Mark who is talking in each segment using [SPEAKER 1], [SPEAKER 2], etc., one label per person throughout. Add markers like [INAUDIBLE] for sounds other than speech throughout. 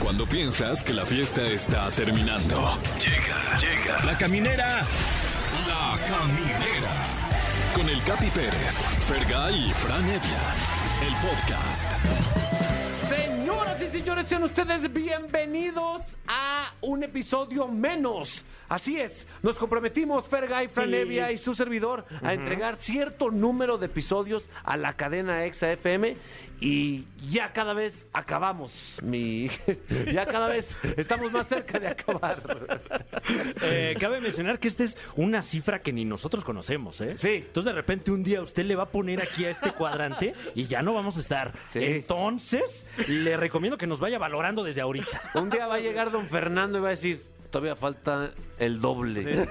[SPEAKER 1] Cuando piensas que la fiesta está terminando. Llega, llega. La caminera. La caminera. Con el Capi Pérez, Fergay y Fran Evia. El podcast.
[SPEAKER 2] Señoras y señores, sean ustedes bienvenidos a un episodio menos. Así es, nos comprometimos Fergay, Fran Evia y su servidor a entregar cierto número de episodios a la cadena Exa FM y ya cada vez acabamos, mi [LAUGHS] ya cada vez estamos más cerca de acabar.
[SPEAKER 3] Eh, cabe mencionar que esta es una cifra que ni nosotros conocemos, ¿eh?
[SPEAKER 2] Sí.
[SPEAKER 3] Entonces, de repente, un día usted le va a poner aquí a este cuadrante y ya no vamos a estar.
[SPEAKER 2] Sí.
[SPEAKER 3] Entonces, le recomiendo que nos vaya valorando desde ahorita.
[SPEAKER 2] Un día va a llegar don Fernando y va a decir, todavía falta el doble.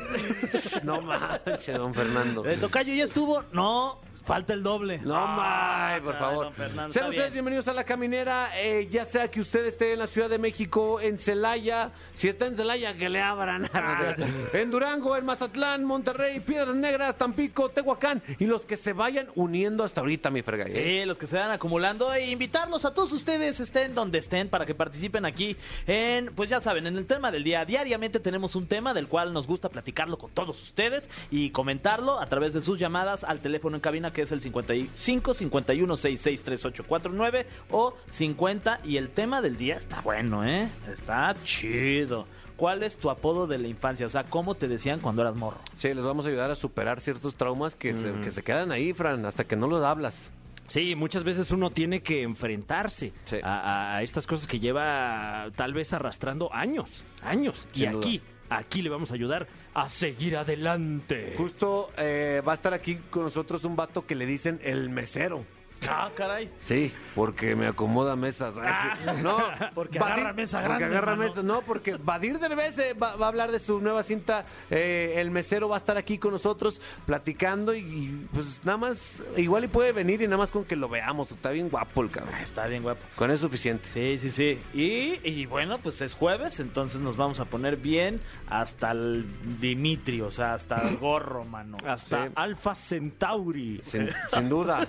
[SPEAKER 2] No manches, don Fernando.
[SPEAKER 4] El tocayo ya estuvo. No, falta el doble.
[SPEAKER 2] No, may, por
[SPEAKER 4] Ah, caray,
[SPEAKER 2] favor.
[SPEAKER 4] don Fernando,
[SPEAKER 2] Sean
[SPEAKER 4] está
[SPEAKER 2] ustedes
[SPEAKER 4] bien.
[SPEAKER 2] bienvenidos a La Caminera, eh, ya sea que usted esté en la Ciudad de México, en Celaya, si está en Celaya, que le abran. [LAUGHS]
[SPEAKER 4] Ah.
[SPEAKER 2] en Durango, en Mazatlán, Monterrey, Piedras Negras, Tampico, Tehuacán, y los que se vayan uniendo hasta ahorita, mi fergay. ¿eh?
[SPEAKER 4] Sí, los que se van acumulando e invitarlos a todos ustedes, estén donde estén, para que participen aquí en, pues ya saben, en el tema del día. Diariamente tenemos un tema del cual nos gusta platicarlo con todos ustedes y comentarlo a través de sus llamadas al teléfono en cabina que es el 55 51 66 3849 o 50. Y el tema del día está bueno, ¿eh? Está chido. ¿Cuál es tu apodo de la infancia? O sea, ¿cómo te decían cuando eras morro?
[SPEAKER 2] Sí, les vamos a ayudar a superar ciertos traumas que,
[SPEAKER 4] Mm.
[SPEAKER 2] se, que se quedan ahí, Fran, hasta que no los hablas.
[SPEAKER 3] Sí, muchas veces uno tiene que enfrentarse
[SPEAKER 2] Sí.
[SPEAKER 3] a, a estas cosas que lleva tal vez arrastrando años, años. y
[SPEAKER 2] Sin duda.
[SPEAKER 3] aquí, aquí le vamos a ayudar a seguir adelante.
[SPEAKER 2] Justo eh, va a estar aquí con nosotros un vato que le dicen el mesero.
[SPEAKER 4] Ah, caray.
[SPEAKER 2] Sí, porque me acomoda mesas. Ah, sí. No,
[SPEAKER 4] [LAUGHS] porque
[SPEAKER 2] Badir-
[SPEAKER 4] agarra mesa
[SPEAKER 2] porque
[SPEAKER 4] grande,
[SPEAKER 2] agarra
[SPEAKER 4] hermano.
[SPEAKER 2] mesa. No, porque Badir Derbez eh, va, va a hablar de su nueva cinta. eh, el mesero va a estar aquí con nosotros platicando y, y, pues nada más, igual y puede venir y nada más con que lo veamos. Está bien guapo el cabrón.
[SPEAKER 4] Ah, Está bien guapo.
[SPEAKER 2] Con eso es suficiente.
[SPEAKER 4] Sí, sí, sí. Y, y bueno, pues es jueves, entonces nos vamos a poner bien hasta el Dimitri, o sea, hasta el gorro, mano. [LAUGHS]
[SPEAKER 3] [LAUGHS] Hasta
[SPEAKER 2] Sí.
[SPEAKER 3] Alfa Centauri.
[SPEAKER 2] Sin, sin duda.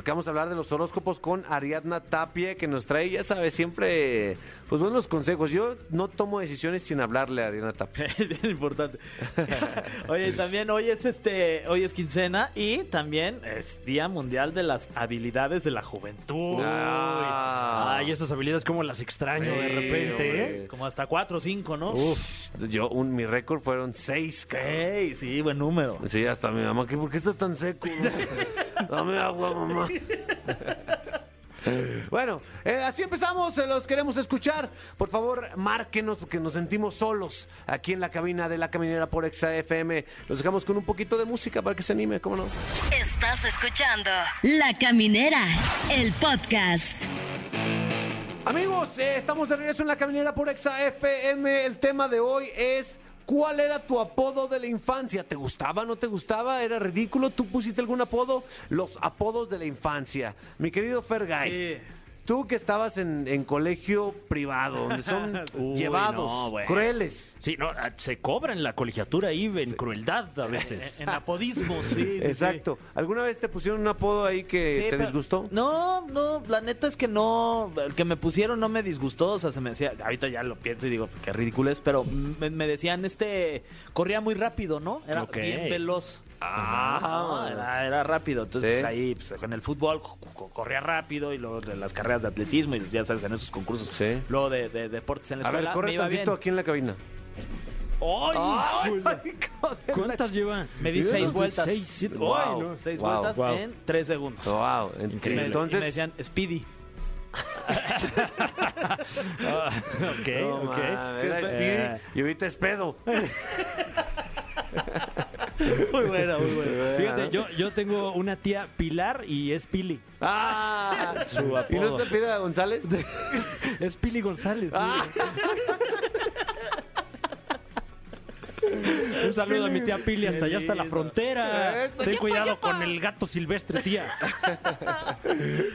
[SPEAKER 2] Porque vamos a hablar de los horóscopos con Ariadna Tapie, que nos trae, ya sabes, siempre pues buenos consejos. Yo no tomo decisiones sin hablarle a Ariadna Tapie.
[SPEAKER 4] bien importante. [LAUGHS] Oye, también hoy es este, hoy es quincena y también es Día Mundial de las Habilidades de la Juventud.
[SPEAKER 3] Uy.
[SPEAKER 2] Ah.
[SPEAKER 3] Ay, estas habilidades como las extraño de
[SPEAKER 2] Sí,
[SPEAKER 3] repente, ¿eh?
[SPEAKER 2] hombre.
[SPEAKER 4] Como hasta cuatro o cinco, ¿no?
[SPEAKER 2] Uf, yo, un, mi récord fueron seis, cabrón.
[SPEAKER 4] Sí, sí, buen número.
[SPEAKER 2] Sí, hasta mi mamá, ¿qué, ¿por qué estás tan seco? Dame agua, mamá. Bueno, eh, así empezamos, eh, los queremos escuchar. Por favor, márquenos porque nos sentimos solos aquí en la cabina de la caminera por Exa FM. Los dejamos con un poquito de música para que se anime, ¿cómo no?
[SPEAKER 5] Estás escuchando La Caminera, el podcast.
[SPEAKER 2] Amigos, eh, estamos de regreso en la caminera por Exa FM. El tema de hoy es ¿cuál era tu apodo de la infancia? ¿Te gustaba? ¿No te gustaba? ¿Era ridículo? ¿Tú pusiste algún apodo? Los apodos de la infancia. Mi querido Fergay.
[SPEAKER 4] Sí.
[SPEAKER 2] Tú que estabas en, en colegio privado, donde
[SPEAKER 4] [LAUGHS]
[SPEAKER 2] son
[SPEAKER 3] Uy,
[SPEAKER 2] llevados,
[SPEAKER 3] no, güey.
[SPEAKER 2] crueles.
[SPEAKER 3] Sí, no, ah, se cobra en la colegiatura ahí en crueldad
[SPEAKER 2] [LAUGHS]
[SPEAKER 3] a veces.
[SPEAKER 2] Eh,
[SPEAKER 4] En apodismo, sí. sí, sí.
[SPEAKER 2] Exacto. ¿Alguna vez te pusieron un apodo ahí que
[SPEAKER 4] Sí,
[SPEAKER 2] te
[SPEAKER 4] pero-
[SPEAKER 2] disgustó?
[SPEAKER 4] No, no, la neta es que no, el que me pusieron no me disgustó, o sea, se me decía, ahorita ya lo pienso y digo, qué ridículo es, pero me, me decían, este, corría muy rápido, ¿no? Era
[SPEAKER 3] Ok.
[SPEAKER 4] bien veloz.
[SPEAKER 2] Ah.
[SPEAKER 4] Ajá, era, era rápido, entonces
[SPEAKER 2] Sí.
[SPEAKER 4] pues, ahí pues, en el fútbol co- co- corría rápido y luego de las carreras de atletismo y ya sabes, en esos concursos,
[SPEAKER 2] Sí.
[SPEAKER 4] luego de, de deportes en la
[SPEAKER 2] A
[SPEAKER 4] escuela,
[SPEAKER 2] ver, corre
[SPEAKER 4] me iba bien.
[SPEAKER 2] tantito aquí en la cabina. eh.
[SPEAKER 4] ¡Ay, híjole!
[SPEAKER 3] ¿Cuántas lleva?
[SPEAKER 4] Me di seis vueltas.
[SPEAKER 3] Seis, siete.
[SPEAKER 4] Wow.
[SPEAKER 3] Ay, no.
[SPEAKER 4] Seis
[SPEAKER 2] Wow,
[SPEAKER 4] vueltas
[SPEAKER 3] wow.
[SPEAKER 4] en tres segundos.
[SPEAKER 2] Wow.
[SPEAKER 4] Y me-
[SPEAKER 3] Increíble.
[SPEAKER 4] y
[SPEAKER 2] Entonces,
[SPEAKER 4] me decían, Speedy. [LAUGHS]
[SPEAKER 3] Ah, ok,
[SPEAKER 2] No
[SPEAKER 3] ok.
[SPEAKER 2] mames, era
[SPEAKER 3] Eh,
[SPEAKER 2] Speedy y ahorita es pedo.
[SPEAKER 4] Muy buena, muy buena.
[SPEAKER 3] Fíjate, yo, yo tengo una tía Pilar y es Pili.
[SPEAKER 2] Ah,
[SPEAKER 3] Su
[SPEAKER 2] ¿Y no
[SPEAKER 3] apodo.
[SPEAKER 2] se pide a González?
[SPEAKER 3] Es Pili González. sí. [LAUGHS] Un saludo a mi tía Pili hasta allá hasta la frontera.
[SPEAKER 2] Eso,
[SPEAKER 3] Ten cuidado con el gato silvestre, tía.
[SPEAKER 2] [LAUGHS]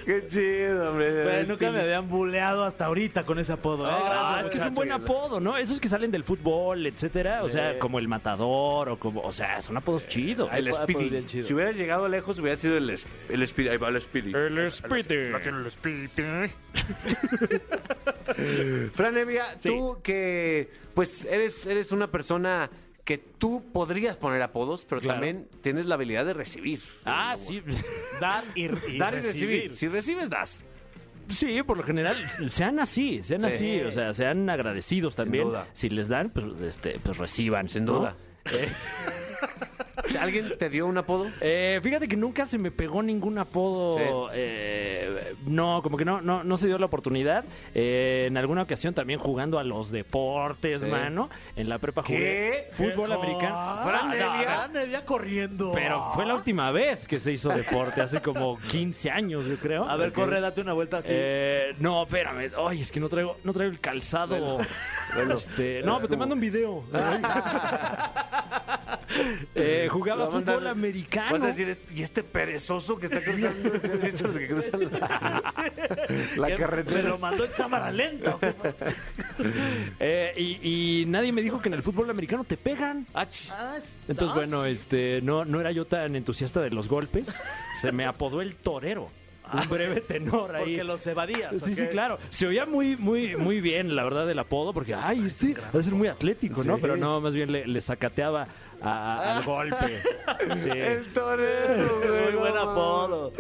[SPEAKER 2] Qué chido, hombre.
[SPEAKER 4] Pues nunca me habían buleado hasta ahorita con ese apodo. ¿eh?
[SPEAKER 3] Ah,
[SPEAKER 4] Gracias,
[SPEAKER 3] es que es un
[SPEAKER 4] muchachos.
[SPEAKER 3] buen apodo, ¿no? Esos que salen del fútbol, etcétera, o sea, como el matador o como, o sea, son apodos chidos.
[SPEAKER 2] El
[SPEAKER 4] Fue- fue bien
[SPEAKER 2] Speedy.
[SPEAKER 4] chido.
[SPEAKER 2] Si hubieras llegado lejos, hubiera sido el, es- el Speedy. Ahí va el Speedy.
[SPEAKER 3] El Speedy.
[SPEAKER 2] Pero Fran Evia,
[SPEAKER 3] Sí.
[SPEAKER 2] tú que pues eres, eres una persona que tú podrías poner apodos, pero
[SPEAKER 3] Claro.
[SPEAKER 2] también tienes la habilidad de recibir.
[SPEAKER 3] Ah, sí. [LAUGHS] Dar y,
[SPEAKER 2] Dar y recibir. Si recibes, das.
[SPEAKER 3] Sí, por lo general, sean así, sean
[SPEAKER 2] Sí.
[SPEAKER 3] así, o sea, sean agradecidos también.
[SPEAKER 2] duda.
[SPEAKER 3] Si les dan, pues, este, pues reciban,
[SPEAKER 2] Sin
[SPEAKER 3] ¿no?
[SPEAKER 2] duda. ¿Alguien te dio un apodo?
[SPEAKER 3] Eh, fíjate que nunca se me pegó ningún apodo. eh, no, como que no, no, no se dio la oportunidad. Eh, en alguna ocasión también jugando a los deportes,
[SPEAKER 2] Sí.
[SPEAKER 3] mano. En la prepa
[SPEAKER 2] ¿Qué?
[SPEAKER 3] jugué fútbol
[SPEAKER 4] ¡Hijo!
[SPEAKER 3] americano.
[SPEAKER 2] Fran
[SPEAKER 3] Ah, no,
[SPEAKER 2] Evia.
[SPEAKER 3] no,
[SPEAKER 4] Ah, me veía corriendo.
[SPEAKER 3] Pero fue la última vez que se hizo deporte,
[SPEAKER 2] [LAUGHS]
[SPEAKER 3] hace como 15 años, yo creo.
[SPEAKER 4] A ver,
[SPEAKER 3] Ok.
[SPEAKER 4] corre, date una vuelta aquí.
[SPEAKER 3] Eh, no, espérame. Ay, es que no traigo, no traigo el calzado. Este, no, pero te mando un video.
[SPEAKER 2] [LAUGHS]
[SPEAKER 3] Eh, jugaba
[SPEAKER 2] Va a mandar-
[SPEAKER 3] fútbol americano.
[SPEAKER 2] Vas a decir, "Este- y este perezoso que está cruzando, [LAUGHS] ¿Sí han visto los que cruzan la, [LAUGHS] la
[SPEAKER 4] Que
[SPEAKER 2] carretera.
[SPEAKER 4] Me lo mandó en cámara lenta.
[SPEAKER 3] [LAUGHS] Eh, y, y nadie me dijo que en el fútbol americano te pegan.
[SPEAKER 4] Ah,
[SPEAKER 2] Ach.
[SPEAKER 3] Entonces,
[SPEAKER 2] Ah,
[SPEAKER 3] bueno, este, no, no era yo tan entusiasta de los golpes. Se me apodó el torero.
[SPEAKER 2] Ah.
[SPEAKER 3] Un breve tenor ahí.
[SPEAKER 4] Porque los evadías.
[SPEAKER 3] Sí,
[SPEAKER 4] ¿ok?
[SPEAKER 3] sí, claro. Se oía muy, muy, muy bien, la verdad, el apodo, porque, ay, este debe ser muy atlético, ¿no?
[SPEAKER 2] Sí.
[SPEAKER 3] Pero no, más bien le, le sacateaba a- al [LAUGHS] golpe.
[SPEAKER 2] [LAUGHS]
[SPEAKER 3] Sí.
[SPEAKER 2] El torero, güey.
[SPEAKER 4] Muy buen apodo.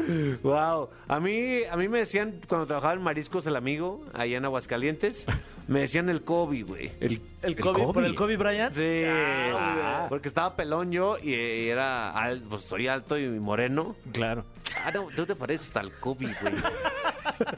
[SPEAKER 2] Wow. A mí, a mí me decían, cuando trabajaba en Mariscos el Amigo, allá en Aguascalientes, me decían el Kobe, güey.
[SPEAKER 3] El,
[SPEAKER 4] El Kobe, ¿Por el Kobe Bryant?
[SPEAKER 2] Sí,
[SPEAKER 4] Ah, güey.
[SPEAKER 2] porque estaba pelón yo y, eh, era, al- pues soy alto y moreno.
[SPEAKER 3] Claro.
[SPEAKER 2] Ah, no, tú te pareces hasta el Kobe, güey.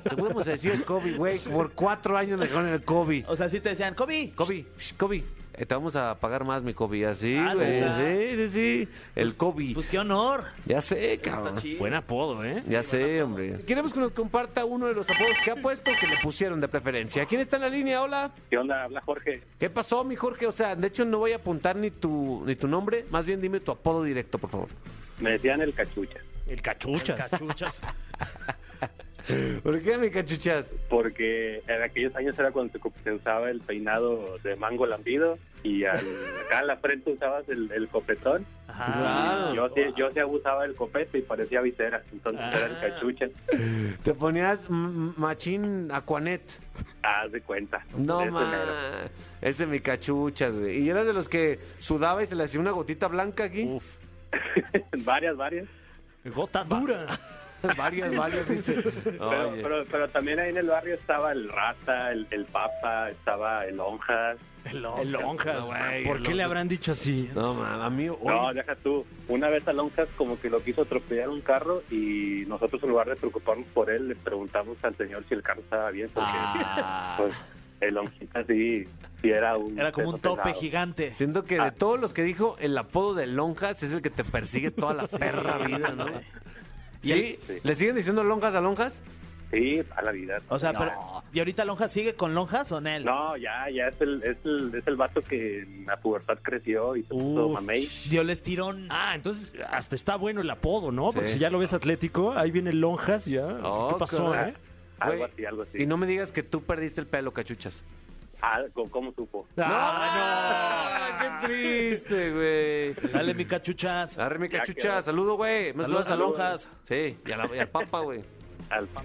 [SPEAKER 2] Te podemos decir el Kobe, güey. Por cuatro años me dejaron el Kobe.
[SPEAKER 4] O sea, sí te decían, Kobe.
[SPEAKER 2] Kobe, sh, Kobe, eh, te vamos a pagar más, mi Kobe. Así,
[SPEAKER 4] Ah,
[SPEAKER 2] güey.
[SPEAKER 4] ¿neta?
[SPEAKER 2] Sí, sí, sí. El Kobe.
[SPEAKER 4] Pues qué honor.
[SPEAKER 2] Ya sé, cabrón.
[SPEAKER 4] Está chido.
[SPEAKER 3] Buen apodo, ¿eh?
[SPEAKER 2] Ya sé, hombre. Queremos que nos comparta uno de los apodos que ha puesto o que le pusieron de preferencia. ¿Quién está en la línea? Hola.
[SPEAKER 6] ¿Qué onda? Habla Jorge.
[SPEAKER 2] ¿Qué pasó, mi Jorge? O sea, de hecho no voy a apuntar ni tu ni tu nombre, más bien dime tu apodo directo, por favor.
[SPEAKER 6] Me decían el cachucha,
[SPEAKER 3] El cachuchas.
[SPEAKER 4] Cachuchas.
[SPEAKER 2] ¿Por qué, mi cachuchas?
[SPEAKER 6] porque en aquellos años era cuando se usaba el peinado de mango lambido y al- acá en la frente usabas el, el copetón.
[SPEAKER 4] Ajá.
[SPEAKER 6] yo, sí, yo sí abusaba del copete y parecía visera, entonces era el cachucha.
[SPEAKER 2] Te ponías mm, machín aquanet.
[SPEAKER 6] Haz de cuenta.
[SPEAKER 2] No,
[SPEAKER 6] De ese mero.
[SPEAKER 2] ma. Ese mi cachuchas, güey. Y eras de los que sudaba y se le hacía una gotita blanca aquí.
[SPEAKER 3] Uf.
[SPEAKER 6] [LAUGHS] varias, varias.
[SPEAKER 3] [LAUGHS] Gota dura.
[SPEAKER 2] varias, varias, dice.
[SPEAKER 6] Pero,
[SPEAKER 2] Oye.
[SPEAKER 6] pero, pero también ahí en el barrio estaba el rata, el, el papa, estaba el lonjas.
[SPEAKER 3] El lonjas.
[SPEAKER 2] güey,
[SPEAKER 3] ¿Por
[SPEAKER 2] el
[SPEAKER 3] qué le
[SPEAKER 2] lonjas.
[SPEAKER 3] habrán dicho así?
[SPEAKER 2] No, ma, a mí
[SPEAKER 6] No,
[SPEAKER 2] hoy-
[SPEAKER 6] deja tú. Una vez Alonso como que lo quiso atropellar un carro y nosotros en lugar de preocuparnos por él, le preguntamos al señor si el carro estaba bien porque pues, el Oncita sí, sí era un...
[SPEAKER 4] Era como un
[SPEAKER 6] peso
[SPEAKER 4] tope
[SPEAKER 6] pesado.
[SPEAKER 4] gigante.
[SPEAKER 2] Siento que de todos los que dijo, el apodo de Lonjas es el que te persigue toda la perra vida, ¿no? ¿Sí?
[SPEAKER 6] Sí.
[SPEAKER 2] ¿Le siguen diciendo Lonjas a Lonjas?
[SPEAKER 6] Sí, a la vida.
[SPEAKER 4] O sea, pero. ¿Y ahorita Lonja sigue con Lonjas o Nel?
[SPEAKER 6] No, ya, ya es el, es el, es el vato que en la pubertad creció y se puso
[SPEAKER 3] Uf.
[SPEAKER 6] mamey.
[SPEAKER 4] Dio el estirón.
[SPEAKER 3] Ah, entonces hasta está bueno el apodo, ¿no? Porque
[SPEAKER 2] Sí.
[SPEAKER 3] si ya lo ves atlético, ahí viene el lonjas ya.
[SPEAKER 2] Oh,
[SPEAKER 3] ¿Qué pasó,
[SPEAKER 2] caray.
[SPEAKER 3] eh?
[SPEAKER 6] Algo
[SPEAKER 2] Güey,
[SPEAKER 6] así, algo así.
[SPEAKER 2] Y no me digas que tú perdiste el pelo, cachuchas.
[SPEAKER 6] Algo, ¿cómo supo?
[SPEAKER 2] ¡Ah, ¡Qué triste, güey!
[SPEAKER 4] Dale, mi cachuchas.
[SPEAKER 3] Ah,
[SPEAKER 2] Arre, mi
[SPEAKER 6] Ya
[SPEAKER 2] cachucha,
[SPEAKER 6] quedó.
[SPEAKER 2] saludo, güey. Me
[SPEAKER 4] Saludos
[SPEAKER 2] saludas a Lonjas.
[SPEAKER 4] a
[SPEAKER 2] Sí, y, a la- y al papa, güey.
[SPEAKER 6] Al pa-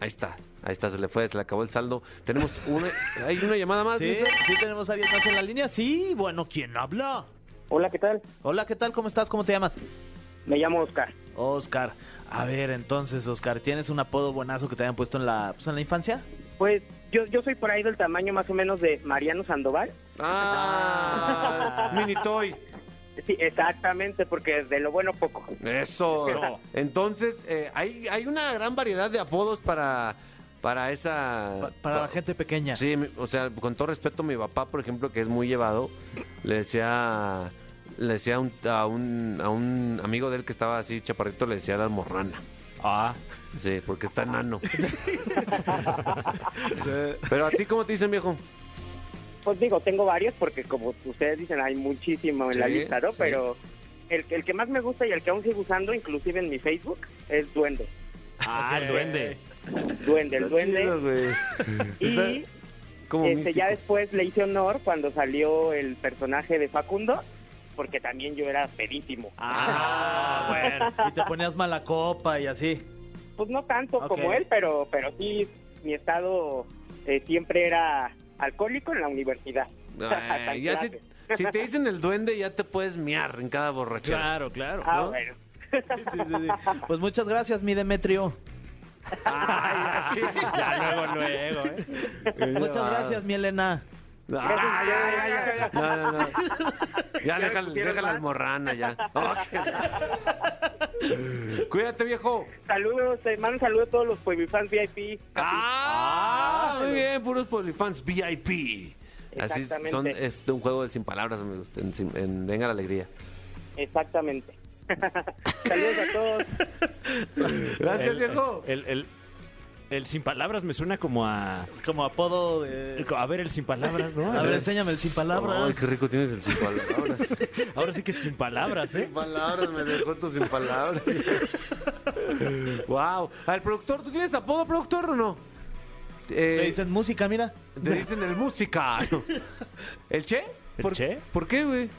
[SPEAKER 2] Ahí está, ahí está, se le fue, se le acabó el saldo. Tenemos una... ¿Hay una llamada más?
[SPEAKER 4] ¿Sí?
[SPEAKER 2] mi Fer?
[SPEAKER 4] ¿Sí tenemos a alguien más en la línea? Sí, bueno, ¿quién habla?
[SPEAKER 7] Hola, ¿qué tal?
[SPEAKER 4] Hola, ¿qué tal? ¿Cómo estás? ¿Cómo te llamas?
[SPEAKER 7] Me llamo Oscar.
[SPEAKER 4] Oscar. A ver, entonces, Oscar, ¿tienes un apodo buenazo que te hayan puesto en la, pues, en la infancia?
[SPEAKER 7] Pues yo, yo soy por ahí del tamaño más o menos de Mariano Sandoval.
[SPEAKER 2] ¡Ah! mini toy.
[SPEAKER 7] Sí, exactamente, porque de lo bueno poco.
[SPEAKER 2] Eso. Entonces, eh, hay, hay una gran variedad de apodos para, para esa...
[SPEAKER 4] Pa- para la gente pequeña.
[SPEAKER 2] Sí, mi- o sea, con todo respeto, mi papá, por ejemplo, que es muy llevado, le decía... Le decía a un, a, un, a un amigo de él que estaba así chaparrito, le decía la almorrana.
[SPEAKER 3] Ah.
[SPEAKER 2] Sí, porque está
[SPEAKER 4] [LAUGHS]
[SPEAKER 2] enano. Pero a ti, ¿cómo te dicen, viejo?
[SPEAKER 7] Pues digo, tengo varios porque como ustedes dicen, hay muchísimo en la
[SPEAKER 2] Sí,
[SPEAKER 7] lista, ¿no?
[SPEAKER 2] sí.
[SPEAKER 7] Pero el, el que más me gusta y el que aún sigo usando, inclusive en mi Facebook, es Duende.
[SPEAKER 3] Ah, el duende.
[SPEAKER 7] Duende, el
[SPEAKER 2] Está chido,
[SPEAKER 7] Duende.
[SPEAKER 2] güey.
[SPEAKER 7] Y
[SPEAKER 2] Como
[SPEAKER 7] este,
[SPEAKER 2] místico.
[SPEAKER 7] ya después le hice honor cuando salió el personaje de Facundo, porque también yo era pedísimo.
[SPEAKER 4] Ah, bueno. Y te ponías mala copa y así.
[SPEAKER 7] Pues no tanto
[SPEAKER 4] Ok.
[SPEAKER 7] como él, pero, pero sí, mi estado eh, siempre era alcohólico en la universidad.
[SPEAKER 2] Ay,
[SPEAKER 7] [LAUGHS] Tan
[SPEAKER 2] ya si,
[SPEAKER 7] clase.
[SPEAKER 2] si te dicen el duende, ya te puedes miar en cada borrachera.
[SPEAKER 4] Claro, claro.
[SPEAKER 7] Ah,
[SPEAKER 4] ¿no?
[SPEAKER 7] bueno.
[SPEAKER 4] Sí, sí, sí. Pues muchas gracias, mi Demetrio.
[SPEAKER 3] Ay, así, ya luego, luego, ¿eh?
[SPEAKER 4] Muchas gracias, mi Elena.
[SPEAKER 2] Ay, ay, ay, ay, ay. No, no, no. Ya, déjala,
[SPEAKER 7] pusieron
[SPEAKER 2] déjala
[SPEAKER 7] más.
[SPEAKER 2] almorrana ya. Ok. Cuídate, viejo.
[SPEAKER 7] Saludos, te mando un saludo a todos los Pueblifans VIP.
[SPEAKER 2] Ah, muy bien, puros Polifans VIP. Así
[SPEAKER 7] Exactamente.
[SPEAKER 2] son, es de un juego del sin palabras, amigos. en- en Venga la alegría.
[SPEAKER 7] Exactamente. [LAUGHS] Saludos a todos.
[SPEAKER 8] Ah,
[SPEAKER 2] Gracias,
[SPEAKER 3] El-
[SPEAKER 2] viejo.
[SPEAKER 3] El, el- el sin palabras me suena como a.
[SPEAKER 4] Como apodo de.
[SPEAKER 3] A ver, el sin palabras, ¿no?
[SPEAKER 4] A ver, enséñame el sin
[SPEAKER 2] Ay,
[SPEAKER 4] palabras.
[SPEAKER 2] qué rico tienes el sin palabras.
[SPEAKER 3] Ahora sí que es sin palabras, ¿eh?
[SPEAKER 2] Sin
[SPEAKER 8] Ah,
[SPEAKER 2] palabras, me dejó tu sin palabras. wow. Al productor, ¿tú tienes apodo productor o no? Eh,
[SPEAKER 4] Le dicen música, mira.
[SPEAKER 2] Te dicen el [LAUGHS] música. ¿El Che?
[SPEAKER 3] ¿El
[SPEAKER 2] ¿Por,
[SPEAKER 3] Che?
[SPEAKER 2] ¿Por qué, güey?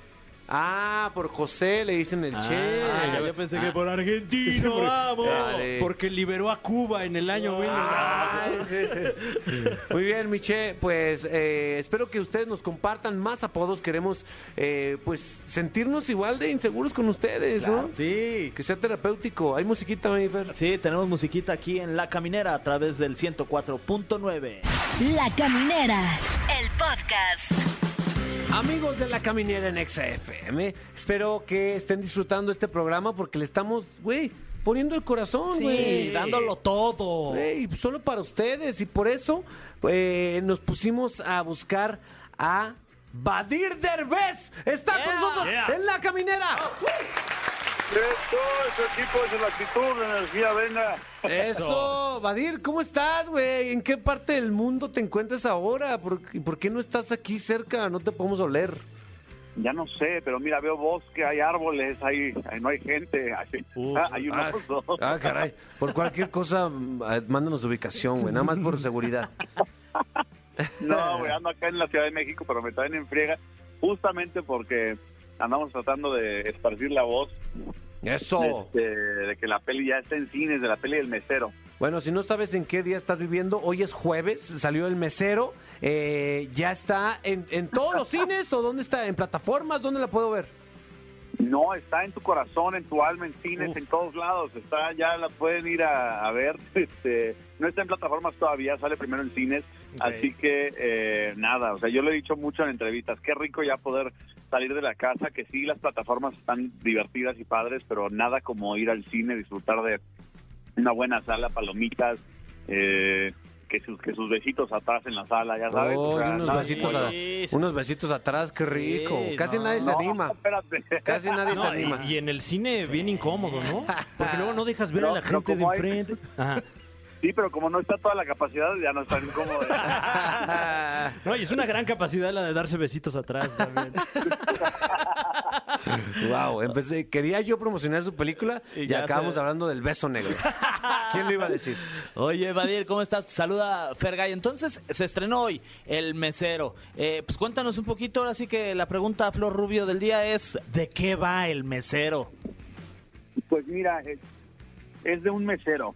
[SPEAKER 2] Ah, por José le dicen el Che.
[SPEAKER 4] Ah, yo pensé que por argentino, vamos.
[SPEAKER 2] Dale.
[SPEAKER 3] Porque liberó a Cuba en el año
[SPEAKER 2] Ay,
[SPEAKER 3] 1000.
[SPEAKER 2] Ah, sí. Muy bien, Miche, pues eh, espero que ustedes nos compartan más apodos. Queremos eh, pues sentirnos igual de inseguros con ustedes, ¿no?
[SPEAKER 4] Sí.
[SPEAKER 2] Que sea terapéutico. Hay musiquita, mi Fer.
[SPEAKER 4] Sí, tenemos musiquita aquí en La Caminera a través del 104.9.
[SPEAKER 5] La Caminera, el podcast.
[SPEAKER 2] Amigos de la caminera en XFM, espero que estén disfrutando este programa porque le estamos, güey, poniendo el corazón, güey.
[SPEAKER 4] dándolo todo.
[SPEAKER 2] Güey, solo para ustedes. Y por eso eh, nos pusimos a buscar a Badir Derbez. Está con nosotros
[SPEAKER 3] Yeah.
[SPEAKER 2] en la caminera.
[SPEAKER 8] Todo este equipo es la actitud, la energía, venga.
[SPEAKER 2] Eso, Badir, ¿cómo estás, güey? ¿En qué parte del mundo te encuentras ahora? ¿Por, y por qué no estás aquí cerca? No te podemos oler.
[SPEAKER 8] Ya no sé, pero mira, veo bosque, hay árboles, hay, hay- no hay gente, hay, ah, hay un
[SPEAKER 2] ah,
[SPEAKER 8] oso.
[SPEAKER 2] ah, caray. Por cualquier cosa, mm, ah, mándanos ubicación, güey. Nada más por seguridad.
[SPEAKER 8] No, güey, ando acá en la Ciudad de México, pero me traen en friega justamente porque andamos tratando de esparcir la voz
[SPEAKER 2] Eso.
[SPEAKER 8] este, de que la peli ya está en cines, de la peli del mesero.
[SPEAKER 2] Bueno, si no sabes en qué día estás viviendo, hoy es jueves, salió el mesero, eh, ya está en, en todos los cines o dónde está, en plataformas, ¿dónde la puedo ver?
[SPEAKER 8] No, está en tu corazón, en tu alma, en cines,
[SPEAKER 3] Uf.
[SPEAKER 8] en todos lados. Está, ya la pueden ir a, a ver. [LAUGHS] Este, no está en plataformas todavía, sale primero en cines. Así que eh, nada, o sea, yo lo he dicho mucho en entrevistas. Qué rico ya poder salir de la casa, que sí, las plataformas están divertidas y padres, pero nada como ir al cine, disfrutar de una buena sala, palomitas, eh, que sus que sus besitos atrás en la sala, ya sabes.
[SPEAKER 2] Oh, y
[SPEAKER 8] o sea,
[SPEAKER 2] unos,
[SPEAKER 8] nada-
[SPEAKER 2] besitos a- unos besitos atrás, qué rico. Casi
[SPEAKER 4] no,
[SPEAKER 2] nadie se
[SPEAKER 8] No,
[SPEAKER 2] anima,
[SPEAKER 8] espérate.
[SPEAKER 2] casi nadie se
[SPEAKER 3] No,
[SPEAKER 2] anima.
[SPEAKER 3] y, y en el cine bien incómodo, ¿no? Porque luego no dejas ver a
[SPEAKER 8] No,
[SPEAKER 3] la
[SPEAKER 8] pero
[SPEAKER 3] gente de
[SPEAKER 8] como hay-
[SPEAKER 3] enfrente. Ajá.
[SPEAKER 8] Sí, pero como no está toda la capacidad, ya no
[SPEAKER 2] [LAUGHS]
[SPEAKER 8] están incómodos.
[SPEAKER 3] No, y es una gran capacidad la de darse besitos atrás
[SPEAKER 8] [LAUGHS]
[SPEAKER 3] también.
[SPEAKER 2] wow, empecé, quería yo promocionar su película y,
[SPEAKER 4] ya
[SPEAKER 2] acabamos
[SPEAKER 4] se-
[SPEAKER 2] hablando del beso
[SPEAKER 8] [LAUGHS]
[SPEAKER 2] negro. ¿Quién lo iba a decir?
[SPEAKER 4] Oye, Badir, ¿cómo estás? Te saluda Fergay. Entonces, se estrenó hoy El Mesero. Eh, pues cuéntanos un poquito, ahora sí que la pregunta a Flor Rubio del día es, ¿de qué va El Mesero?
[SPEAKER 8] Pues mira, es, es de un mesero.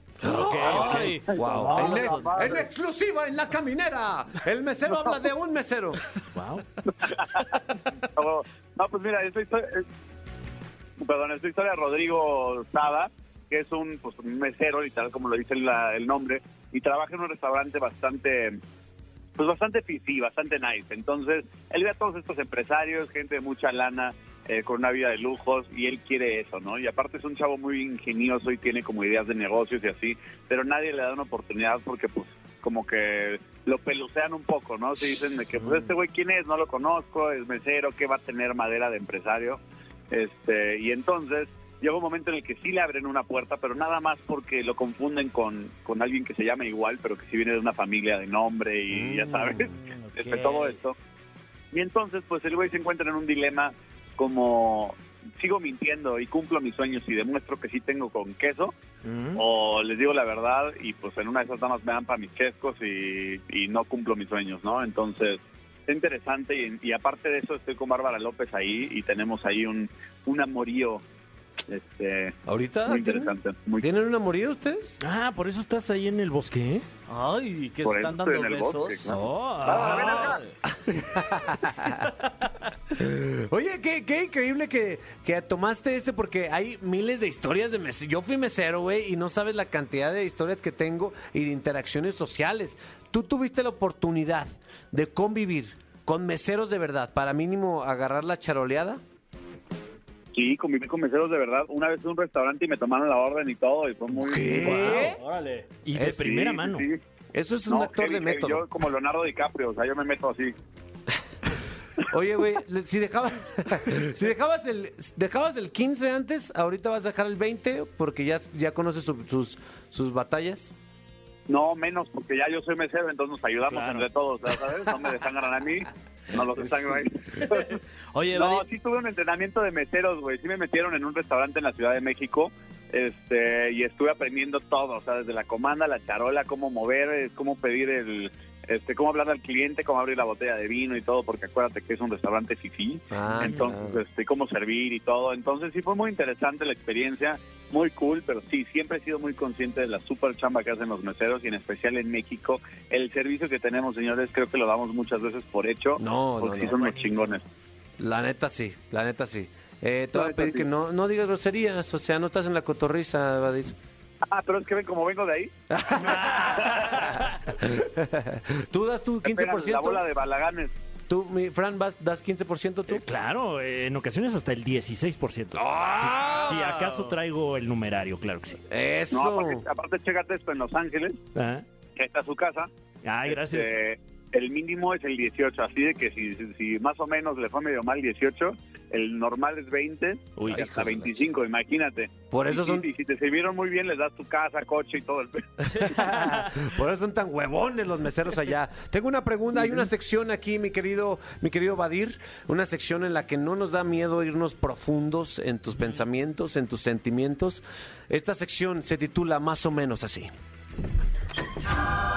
[SPEAKER 4] Ay,
[SPEAKER 2] Wow.
[SPEAKER 8] No,
[SPEAKER 2] en,
[SPEAKER 8] Ah, no,
[SPEAKER 2] ex-
[SPEAKER 8] no, no.
[SPEAKER 2] en exclusiva en la caminera, el mesero habla de un mesero.
[SPEAKER 3] Wow.
[SPEAKER 8] No, no, pues mira, esta historia, es- perdón, esta historia de Rodrigo Sada, que es un, pues, un mesero, literal, como lo dice la- el nombre, y trabaja en un restaurante bastante, pues bastante fisí, bastante nice. Entonces, él ve a todos estos empresarios, gente de mucha lana, eh, con una vida de lujos, y él quiere eso, ¿no? Y aparte es un chavo muy ingenioso y tiene como ideas de negocios y así, pero nadie le da una oportunidad porque, pues, como que lo pelucean un poco, ¿no? Se dicen de que, pues, este güey, ¿quién es? No lo conozco, es mesero, ¿qué va a tener madera de empresario? Este, y entonces llega un momento en el que sí le abren una puerta, pero nada más porque lo confunden con, con alguien que se llama igual, pero que sí viene de una familia de nombre y ya sabes, este, todo esto. Y entonces, pues el güey se encuentra en un dilema como sigo mintiendo y cumplo mis sueños y demuestro que sí tengo con queso, o les digo la verdad y pues en una de esas damas me dan para mis chescos y, y no cumplo mis sueños, ¿no? Entonces, es interesante y, y aparte de eso estoy con Bárbara López ahí y tenemos ahí un, un amorío Este,
[SPEAKER 2] ¿Ahorita?
[SPEAKER 8] muy
[SPEAKER 2] tienen-
[SPEAKER 8] interesante. Muy
[SPEAKER 2] ¿Tienen una moría ustedes?
[SPEAKER 3] Ah, por eso estás ahí en el bosque. ¿eh?
[SPEAKER 4] Ay, que
[SPEAKER 8] Por
[SPEAKER 4] están
[SPEAKER 8] eso estoy
[SPEAKER 4] dando
[SPEAKER 8] en el
[SPEAKER 4] besos.
[SPEAKER 8] bosque, claro.
[SPEAKER 4] Oh,
[SPEAKER 8] Ah, ven acá.
[SPEAKER 4] ay.
[SPEAKER 2] Oye, qué, qué increíble que, que tomaste este porque hay miles de historias de mesero. Yo fui mesero, güey, y no sabes la cantidad de historias que tengo y de interacciones sociales. Tú tuviste la oportunidad de convivir con meseros de verdad para mínimo agarrar la charoleada.
[SPEAKER 8] Sí, conviví con meseros de verdad. Una vez en un restaurante y me tomaron la orden y todo y fue muy...
[SPEAKER 2] ¿Qué?
[SPEAKER 3] Órale. Y de
[SPEAKER 2] Es-
[SPEAKER 8] Eh, Sí,
[SPEAKER 3] primera
[SPEAKER 8] sí,
[SPEAKER 3] mano.
[SPEAKER 8] sí.
[SPEAKER 2] Eso es un
[SPEAKER 8] No,
[SPEAKER 2] actor
[SPEAKER 8] heavy,
[SPEAKER 2] de
[SPEAKER 8] heavy.
[SPEAKER 2] método.
[SPEAKER 8] Yo como Leonardo DiCaprio, o sea, yo me meto así.
[SPEAKER 2] Oye, güey, le- si dejabas, [LAUGHS] si dejabas el, dejabas el 15 antes, ahorita vas a dejar el 20 porque ya, ya conoces su- sus, sus batallas.
[SPEAKER 8] No, menos, porque ya yo soy mesero, entonces nos ayudamos
[SPEAKER 3] Claro.
[SPEAKER 8] entre todos, ya ¿sabes? No me desangran a mí, no los desangro a ellos.
[SPEAKER 4] Oye,
[SPEAKER 8] no,
[SPEAKER 4] Vali,
[SPEAKER 8] sí tuve un entrenamiento de meseros, güey. Sí me metieron en un restaurante en la Ciudad de México este, y estuve aprendiendo todo, o sea, desde la comanda, la charola, cómo mover, eh, cómo pedir el... Este, cómo hablar al cliente, cómo abrir la botella de vino y todo, porque acuérdate que es un restaurante fifí.
[SPEAKER 2] Ah,
[SPEAKER 8] Entonces, este, cómo servir y todo. Entonces, sí fue muy interesante la experiencia, muy cool, pero sí, siempre he sido muy consciente de la super chamba que hacen los meseros y en especial en México. El servicio que tenemos, señores, creo que lo damos muchas veces por hecho.
[SPEAKER 2] No, no,
[SPEAKER 8] porque sí
[SPEAKER 2] no.
[SPEAKER 8] son unos chingones.
[SPEAKER 2] La neta sí, la neta sí. Eh, te
[SPEAKER 8] La
[SPEAKER 2] voy a
[SPEAKER 8] neta
[SPEAKER 2] pedir
[SPEAKER 8] sí.
[SPEAKER 2] que no, no digas groserías, o sea, no estás en la cotorriza, Vadir.
[SPEAKER 8] [LAUGHS] Ah, pero es que ven como vengo de ahí.
[SPEAKER 2] tú das tu
[SPEAKER 8] Espera, La bola
[SPEAKER 2] 15%.
[SPEAKER 8] de balaganes.
[SPEAKER 2] Tú, mi Fran, vas, das 15% tú.
[SPEAKER 3] Eh, claro, eh, en ocasiones hasta el 16%.
[SPEAKER 2] ¡Ah!
[SPEAKER 3] Si, si acaso traigo el numerario, claro que sí.
[SPEAKER 8] No,
[SPEAKER 2] Eso. [LAUGHS]
[SPEAKER 8] aparte, aparte, chécate esto en Los Ángeles,
[SPEAKER 3] Ah.
[SPEAKER 8] que está su casa.
[SPEAKER 3] Ay, gracias.
[SPEAKER 8] Este, el mínimo es el 18, así de que si, si- si más o menos le fue medio mal 18, el normal es 20,
[SPEAKER 3] Uy,
[SPEAKER 8] y hasta
[SPEAKER 2] híjole.
[SPEAKER 8] 25, imagínate.
[SPEAKER 2] Por eso
[SPEAKER 8] Y si-
[SPEAKER 2] son-
[SPEAKER 8] Y si te sirvieron muy bien, les das tu casa, coche y todo el... pe-
[SPEAKER 2] Por eso son tan huevones los meseros allá. Tengo una pregunta, hay una sección aquí, mi querido, mi querido Badir, una sección en la que no nos da miedo irnos profundos en tus pensamientos, en tus sentimientos. Esta sección se titula más o menos así.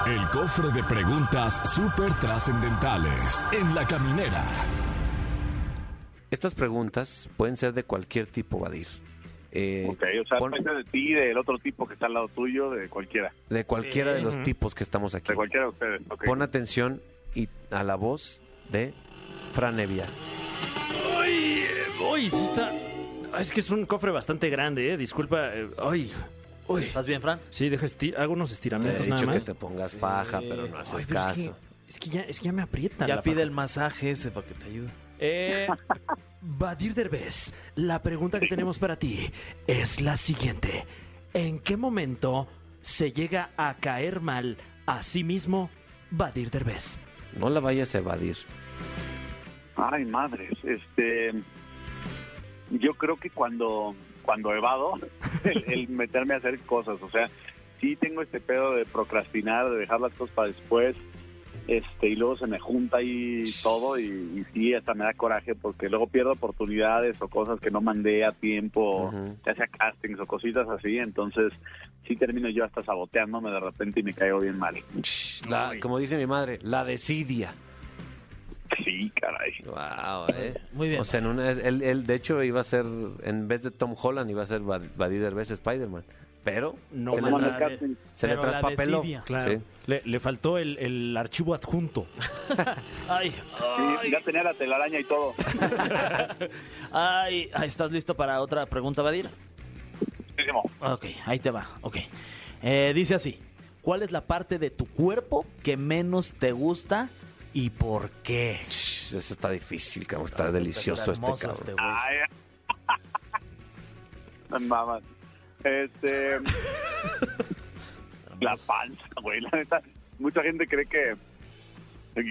[SPEAKER 1] El cofre de preguntas súper trascendentales en la caminera.
[SPEAKER 2] Estas preguntas pueden ser de cualquier tipo, Badir. Eh,
[SPEAKER 8] [LAUGHS] Ok, o sea, pues,
[SPEAKER 2] pon-
[SPEAKER 8] depende de ti, del otro tipo que está al lado tuyo, de cualquiera,
[SPEAKER 2] de cualquiera de los
[SPEAKER 3] Ujú.
[SPEAKER 2] tipos que estamos aquí.
[SPEAKER 8] de cualquiera de ustedes. ok.
[SPEAKER 2] Pon atención y a la voz de Fran Evia.
[SPEAKER 3] Ay, eh, uy, sí está. Ah, Es que es un cofre bastante grande, ¿eh? Disculpa. eh, Ay, uy.
[SPEAKER 4] ¿estás bien, Fran?
[SPEAKER 3] Sí, deja estir... hago unos
[SPEAKER 2] Te he
[SPEAKER 3] estiramientos nada
[SPEAKER 2] dicho que
[SPEAKER 3] más.
[SPEAKER 2] te pongas paja, pero no haces
[SPEAKER 3] Ay, pero es, que,
[SPEAKER 2] caso.
[SPEAKER 3] es que ya, es que ya me aprietan.
[SPEAKER 4] Ya
[SPEAKER 3] la
[SPEAKER 4] pide
[SPEAKER 3] faja.
[SPEAKER 4] el masaje ese para que te ayude.
[SPEAKER 3] Eh, Badir Derbez, la pregunta que tenemos para ti es la siguiente. ¿En qué momento se llega a caer mal a sí mismo Badir Derbez?
[SPEAKER 2] No la vayas a evadir.
[SPEAKER 8] Ay, madres, este... Yo creo que cuando, cuando evado, [LAUGHS] el, el meterme a hacer cosas, o sea, sí tengo este pedo de procrastinar, de dejar las cosas para después, este y luego se me junta ahí todo y, y sí, hasta me da coraje porque luego pierdo oportunidades o cosas que no mandé a tiempo,
[SPEAKER 2] Ujú.
[SPEAKER 8] ya sea castings o cositas así, entonces sí termino yo hasta saboteándome de repente y me caigo bien mal.
[SPEAKER 2] Shh, la- como dice mi madre, la desidia.
[SPEAKER 8] Sí, caray.
[SPEAKER 2] Wow, eh.
[SPEAKER 4] Muy bien.
[SPEAKER 2] O sea, en una- él, él, de hecho iba a ser, en vez de Tom Holland, iba a ser Bad- Vadir Derbez Spider-Man. Pero
[SPEAKER 3] No
[SPEAKER 2] se, le,
[SPEAKER 8] Como en el
[SPEAKER 2] tras-
[SPEAKER 8] casting.
[SPEAKER 2] se le
[SPEAKER 4] Pero la
[SPEAKER 2] traspapeló.
[SPEAKER 4] desidia.
[SPEAKER 3] Claro.
[SPEAKER 2] Sí.
[SPEAKER 3] Le, le faltó el, el archivo adjunto.
[SPEAKER 4] Ay,
[SPEAKER 8] Sí, ya tenía la telaraña y todo.
[SPEAKER 4] ay, ay, ¿estás listo para otra pregunta, Vadir?
[SPEAKER 8] Muchísimo.
[SPEAKER 4] Ok, ahí te va, ok. Eh, dice así, ¿cuál es la parte de tu cuerpo que menos te gusta y por qué?
[SPEAKER 2] Shh, Eso está difícil, cabrón. Está delicioso este
[SPEAKER 4] hermoso
[SPEAKER 2] cabrón.
[SPEAKER 4] güey.
[SPEAKER 8] Ay. [LAUGHS] Me maman.
[SPEAKER 4] [LAUGHS]
[SPEAKER 8] Este. la panza, güey. La neta, mucha gente cree que.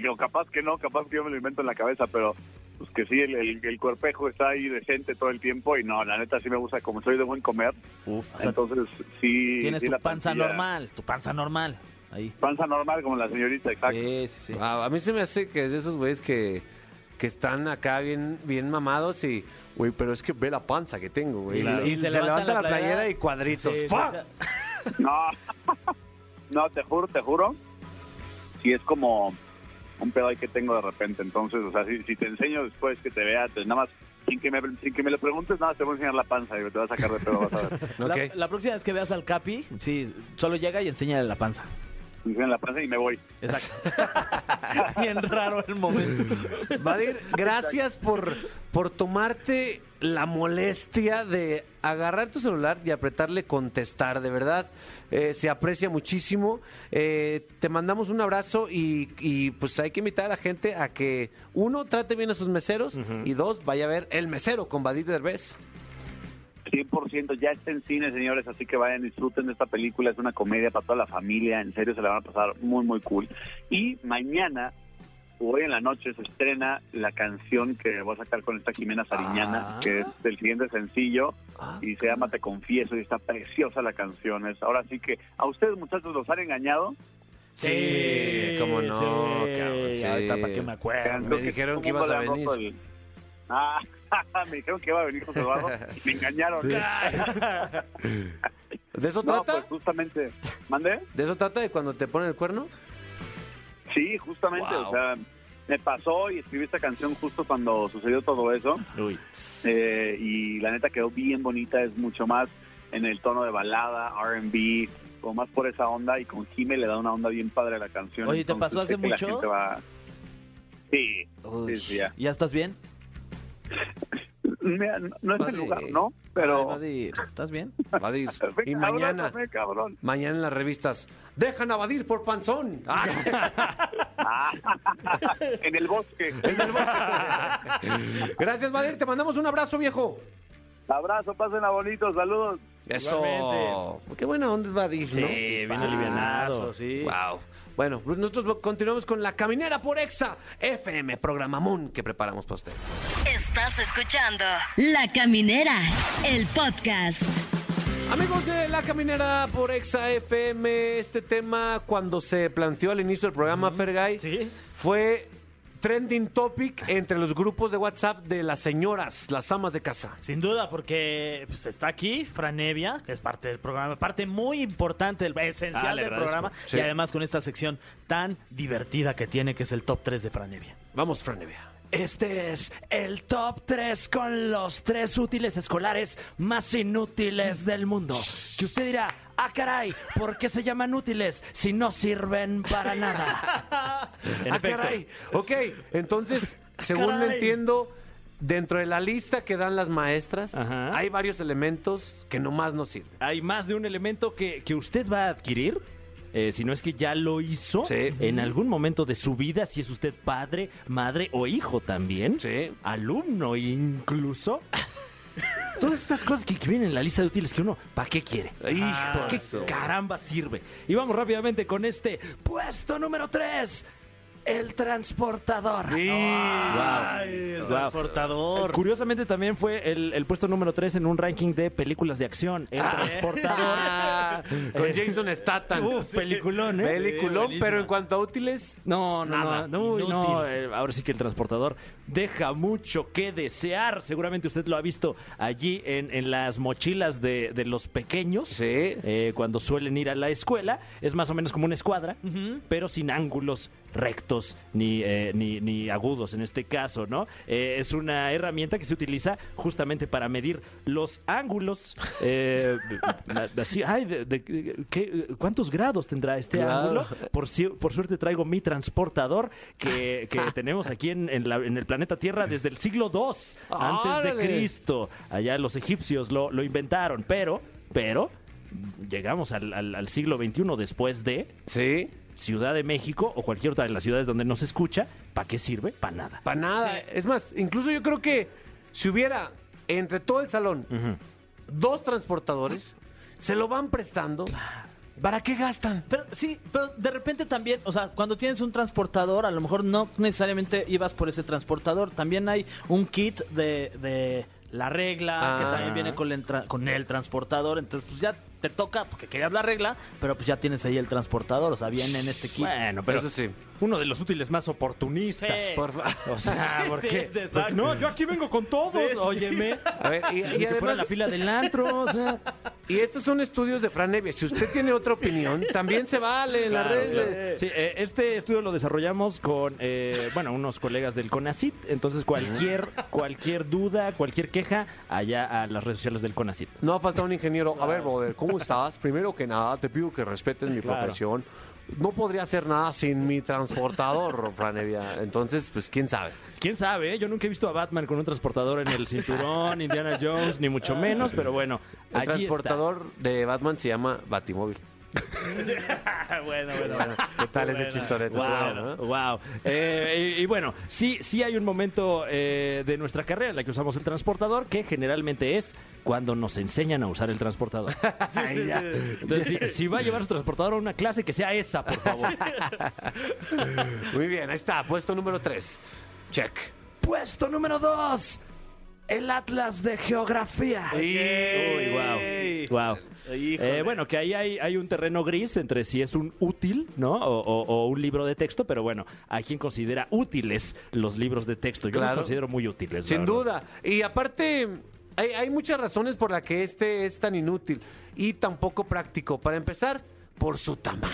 [SPEAKER 8] o capaz que no, capaz que yo me lo invento en la cabeza, pero. Pues que sí, el, el, el cuerpejo está ahí decente todo el tiempo y no, la neta sí me gusta, como soy de buen comer,
[SPEAKER 4] Uf, o sea,
[SPEAKER 8] entonces sí...
[SPEAKER 4] tienes
[SPEAKER 8] sí
[SPEAKER 4] tu
[SPEAKER 8] la
[SPEAKER 4] panza
[SPEAKER 8] pancilla-
[SPEAKER 4] normal, tu panza normal. Ahí.
[SPEAKER 8] Panza normal como la señorita, exacto.
[SPEAKER 4] Sí, sí, sí.
[SPEAKER 2] Wow, a mí se me hace que es de esos güeyes que, que están acá bien, bien mamados y, güey, pero es que ve la panza que tengo, güey.
[SPEAKER 4] Claro.
[SPEAKER 2] Y, se, levanta la playera, y cuadritos.
[SPEAKER 4] Sí, sí,
[SPEAKER 2] ¡Fuck!
[SPEAKER 4] o sea,
[SPEAKER 8] No, [LAUGHS] no, te juro, te juro. Si es como un pedo ahí que tengo de repente. Entonces, o sea, si, si te enseño después que te vea, te- nada más sin que me, sin que me lo preguntes nada, te voy a enseñar la panza y te vas a sacar de pedo, vas a ver.
[SPEAKER 4] La,
[SPEAKER 2] Ok.
[SPEAKER 4] la próxima vez que veas al Capi, sí, solo llega y enséñale la panza.
[SPEAKER 8] Me enseñan la panza y me voy.
[SPEAKER 2] [LAUGHS]
[SPEAKER 4] Exacto. [LAUGHS] Bien raro el momento.
[SPEAKER 2] Vadir, gracias por, por tomarte la molestia de agarrar tu celular y apretarle contestar, de verdad. eh, se aprecia muchísimo. Eh, te mandamos un abrazo y, y, pues hay que invitar a la gente a que, uno, trate bien a sus meseros y dos, vaya a ver El Mesero con Vadir Derbez.
[SPEAKER 8] 100%, ya está en cine, señores, así que vayan, disfruten de esta película, es una comedia para toda la familia, en serio se la van a pasar muy, muy cool. Y mañana, o hoy en la noche, se estrena la canción que voy a sacar con esta Jimena Sariñana,
[SPEAKER 2] Ah.
[SPEAKER 8] que es el siguiente sencillo, y se llama Te Confieso, y está preciosa la canción. Es, ahora sí que a ustedes, muchachos, los han engañado.
[SPEAKER 2] Sí, cómo no, cabrón, sí.
[SPEAKER 4] Ahorita para que me acuerdo.
[SPEAKER 8] Creo
[SPEAKER 2] dijeron
[SPEAKER 8] todo
[SPEAKER 2] que ibas
[SPEAKER 8] mundo
[SPEAKER 2] a
[SPEAKER 8] le han roto
[SPEAKER 2] venir.
[SPEAKER 8] el- Ah, [LAUGHS] me dijeron que iba a venir José Eduardo, y me engañaron.
[SPEAKER 2] ¿De eso
[SPEAKER 8] No,
[SPEAKER 2] trata?
[SPEAKER 8] pues justamente, mandé.
[SPEAKER 2] ¿De eso trata de cuando te ponen el cuerno?
[SPEAKER 8] Sí, justamente,
[SPEAKER 2] Wow.
[SPEAKER 8] o sea, me pasó y escribí esta canción justo cuando sucedió todo eso.
[SPEAKER 4] Uy.
[SPEAKER 8] eh, y la neta quedó bien bonita, es mucho más en el tono de balada, RB, como más por esa onda. Y con Jime le da una onda bien padre a la canción.
[SPEAKER 4] Oye, ¿te pasó hace
[SPEAKER 8] sé que la
[SPEAKER 4] mucho?
[SPEAKER 8] gente va- Sí, sí, sí, ya.
[SPEAKER 4] ¿Ya estás bien?
[SPEAKER 8] Mira, no, no es el
[SPEAKER 2] Vale.
[SPEAKER 8] lugar, ¿no? Pero.
[SPEAKER 4] Ay, Nadir, ¿Estás bien?
[SPEAKER 2] Vadir.
[SPEAKER 8] [LAUGHS] Venga,
[SPEAKER 2] y mañana,
[SPEAKER 8] abrázame,
[SPEAKER 4] [LAUGHS]
[SPEAKER 8] cabrón.
[SPEAKER 2] mañana en las revistas, dejan a Vadir por panzón. [LAUGHS]
[SPEAKER 8] Ah, en el bosque.
[SPEAKER 2] Gracias, Vadir. Te mandamos un abrazo, viejo.
[SPEAKER 8] Abrazo, pasen a bonito, saludos.
[SPEAKER 2] Eso.
[SPEAKER 4] Igualmente.
[SPEAKER 2] Qué buena onda es Vadir, ¿no?
[SPEAKER 4] Paso.
[SPEAKER 2] alivianado.
[SPEAKER 4] Sí.
[SPEAKER 2] Wow. Bueno, nosotros continuamos con La Caminera por Exa FM, programamón que preparamos para usted.
[SPEAKER 5] Estás escuchando La Caminera, el podcast.
[SPEAKER 2] Amigos de La Caminera por Exa FM, este tema cuando se planteó al inicio del programa Fergay
[SPEAKER 4] Sí.
[SPEAKER 2] fue trending topic entre los grupos de WhatsApp de las señoras, las amas de casa.
[SPEAKER 4] Sin duda, porque pues, está aquí Franevia, que es parte del programa, parte muy importante, del- esencial
[SPEAKER 2] Ah, le
[SPEAKER 4] del
[SPEAKER 2] agradezco.
[SPEAKER 4] programa,
[SPEAKER 2] Sí.
[SPEAKER 4] y además con esta sección tan divertida que tiene, que es el top 3 de Franevia.
[SPEAKER 2] Vamos, Franevia.
[SPEAKER 3] Este es el top 3 con los tres útiles escolares más inútiles del mundo. Que usted dirá, ah caray, ¿por qué se llaman útiles si no sirven para nada?
[SPEAKER 2] ah, caray. Ok,
[SPEAKER 3] [LAUGHS]
[SPEAKER 2] entonces,
[SPEAKER 3] Ah,
[SPEAKER 2] según
[SPEAKER 4] Caray.
[SPEAKER 2] entiendo, dentro de la lista que dan las maestras,
[SPEAKER 3] Ajá.
[SPEAKER 2] hay varios elementos que nomás no sirven.
[SPEAKER 3] Hay más de un elemento que, que usted va a adquirir. eh, si no es que ya lo hizo
[SPEAKER 2] Sí.
[SPEAKER 3] en algún momento de su vida, si es usted padre, madre o hijo también,
[SPEAKER 2] Sí.
[SPEAKER 3] alumno incluso. Todas estas cosas que, que vienen en la lista de útiles que uno, ¿para qué quiere?
[SPEAKER 2] Hijo,
[SPEAKER 3] ¿Qué caramba sirve? Y vamos rápidamente con este puesto número 3. El transportador.
[SPEAKER 4] el
[SPEAKER 3] Wow.
[SPEAKER 4] transportador.
[SPEAKER 3] Curiosamente también fue el, el puesto número 3 en un ranking de películas de acción. El transportador.
[SPEAKER 2] Ah, [LAUGHS] Con Jason Statham.
[SPEAKER 3] [LAUGHS] Uf, peliculón, ¿eh?
[SPEAKER 2] Peliculón,
[SPEAKER 4] Sí,
[SPEAKER 2] pero
[SPEAKER 4] buenísima.
[SPEAKER 2] en cuanto a útiles,
[SPEAKER 3] No, no,
[SPEAKER 2] Nada,
[SPEAKER 3] no, uy, no,
[SPEAKER 4] inútil.
[SPEAKER 3] eh, ahora sí que el transportador deja mucho que desear. Seguramente usted lo ha visto allí en, en las mochilas de, de los pequeños.
[SPEAKER 2] Sí.
[SPEAKER 3] eh, cuando suelen ir a la escuela. Es más o menos como una escuadra, pero sin ángulos rectos ni, eh, ni, ni agudos en este caso, ¿no? Eh, es una herramienta que se utiliza justamente para medir los ángulos. eh, así, ay, de- de- ¿qué- ¿Cuántos grados tendrá este
[SPEAKER 2] Claro.
[SPEAKER 3] ángulo? Por, si- por suerte traigo mi transportador que, que tenemos aquí en, en la- en el planeta Tierra desde el siglo II antes de
[SPEAKER 2] ¡Órale!
[SPEAKER 3] Cristo. Allá los egipcios lo, lo inventaron, pero, pero llegamos al, al- al siglo XXI después de
[SPEAKER 2] sí,
[SPEAKER 3] Ciudad de México o cualquier otra de las ciudades donde no se escucha. ¿Para qué sirve? Para nada.
[SPEAKER 2] para nada. Es más, incluso yo creo que si hubiera entre todo el salón dos transportadores, se lo van prestando. ¿Para qué gastan?
[SPEAKER 4] Pero sí, pero de repente también, o sea, cuando tienes un transportador, a lo mejor no necesariamente ibas por ese transportador. También hay un kit de, de la regla que
[SPEAKER 2] Ah.
[SPEAKER 4] también viene con el, tra- con el transportador. Entonces, pues ya te toca, porque querías la regla, pero pues ya tienes ahí el transportador, o sea, viene en este kit.
[SPEAKER 3] Bueno, pero
[SPEAKER 2] Eso sí.
[SPEAKER 3] uno de los útiles más oportunistas.
[SPEAKER 4] Sí.
[SPEAKER 2] Por fa-
[SPEAKER 3] O sea, ¿por
[SPEAKER 4] [LAUGHS] Sí,
[SPEAKER 3] qué?
[SPEAKER 4] sí, exacto.
[SPEAKER 3] Porque, no, yo aquí vengo con todos,
[SPEAKER 4] Sí, sí. [LAUGHS]
[SPEAKER 3] óyeme.
[SPEAKER 2] A ver, y, y
[SPEAKER 3] Ni que fuera
[SPEAKER 2] además,
[SPEAKER 3] la fila del antro, o sea.
[SPEAKER 2] y estos son estudios de Fran Evia. Si usted tiene otra opinión, también se vale en la
[SPEAKER 3] Claro,
[SPEAKER 2] red.
[SPEAKER 3] claro. Sí, eh, este estudio lo desarrollamos con, eh, bueno, unos colegas del CONACIT. Entonces, cualquier,
[SPEAKER 2] Ah.
[SPEAKER 3] cualquier duda, cualquier queja, allá a las redes sociales del CONACIT.
[SPEAKER 2] No ha faltado un ingeniero. A ver, brother, ¿cómo estás? Primero que nada, te pido que respetes mi
[SPEAKER 3] Claro.
[SPEAKER 2] profesión. No podría hacer nada sin mi transportador, Franevia. Entonces, pues, quién sabe.
[SPEAKER 3] ¿Quién sabe? eh? Yo nunca he visto a Batman con un transportador en el cinturón, Indiana Jones, ni mucho menos, pero bueno,
[SPEAKER 2] El
[SPEAKER 3] allí
[SPEAKER 2] transportador de Batman se llama
[SPEAKER 3] [LAUGHS]
[SPEAKER 2] Batimóvil.
[SPEAKER 4] bueno, bueno, bueno.
[SPEAKER 2] ¿Qué tal ese
[SPEAKER 4] Bueno,
[SPEAKER 3] Este
[SPEAKER 2] chistoreto?
[SPEAKER 3] Wow, wow. Eh, y, y bueno, sí, sí hay un momento eh, de nuestra carrera en la que usamos el transportador, que generalmente es cuando nos enseñan a usar el transportador. [LAUGHS] Ay, ya. Entonces, si, si va a llevar su transportador a una clase, que sea esa, por favor.
[SPEAKER 2] Muy bien, ahí está, puesto número 3. Check.
[SPEAKER 3] Puesto número dos, el Atlas de Geografía. Uy,
[SPEAKER 4] Ey.
[SPEAKER 3] wow.
[SPEAKER 4] Híjole.
[SPEAKER 3] bueno, que ahí hay, hay un terreno gris entre si es un útil, ¿no? O, o- o un libro de texto, pero bueno, hay quien considera útiles los libros de texto. Yo los
[SPEAKER 2] Claro.
[SPEAKER 3] considero muy útiles. la
[SPEAKER 2] Sin
[SPEAKER 3] verdad.
[SPEAKER 2] duda. Y aparte, hay, hay muchas razones por las que este es tan inútil y tan poco práctico. Para empezar, por su tamaño.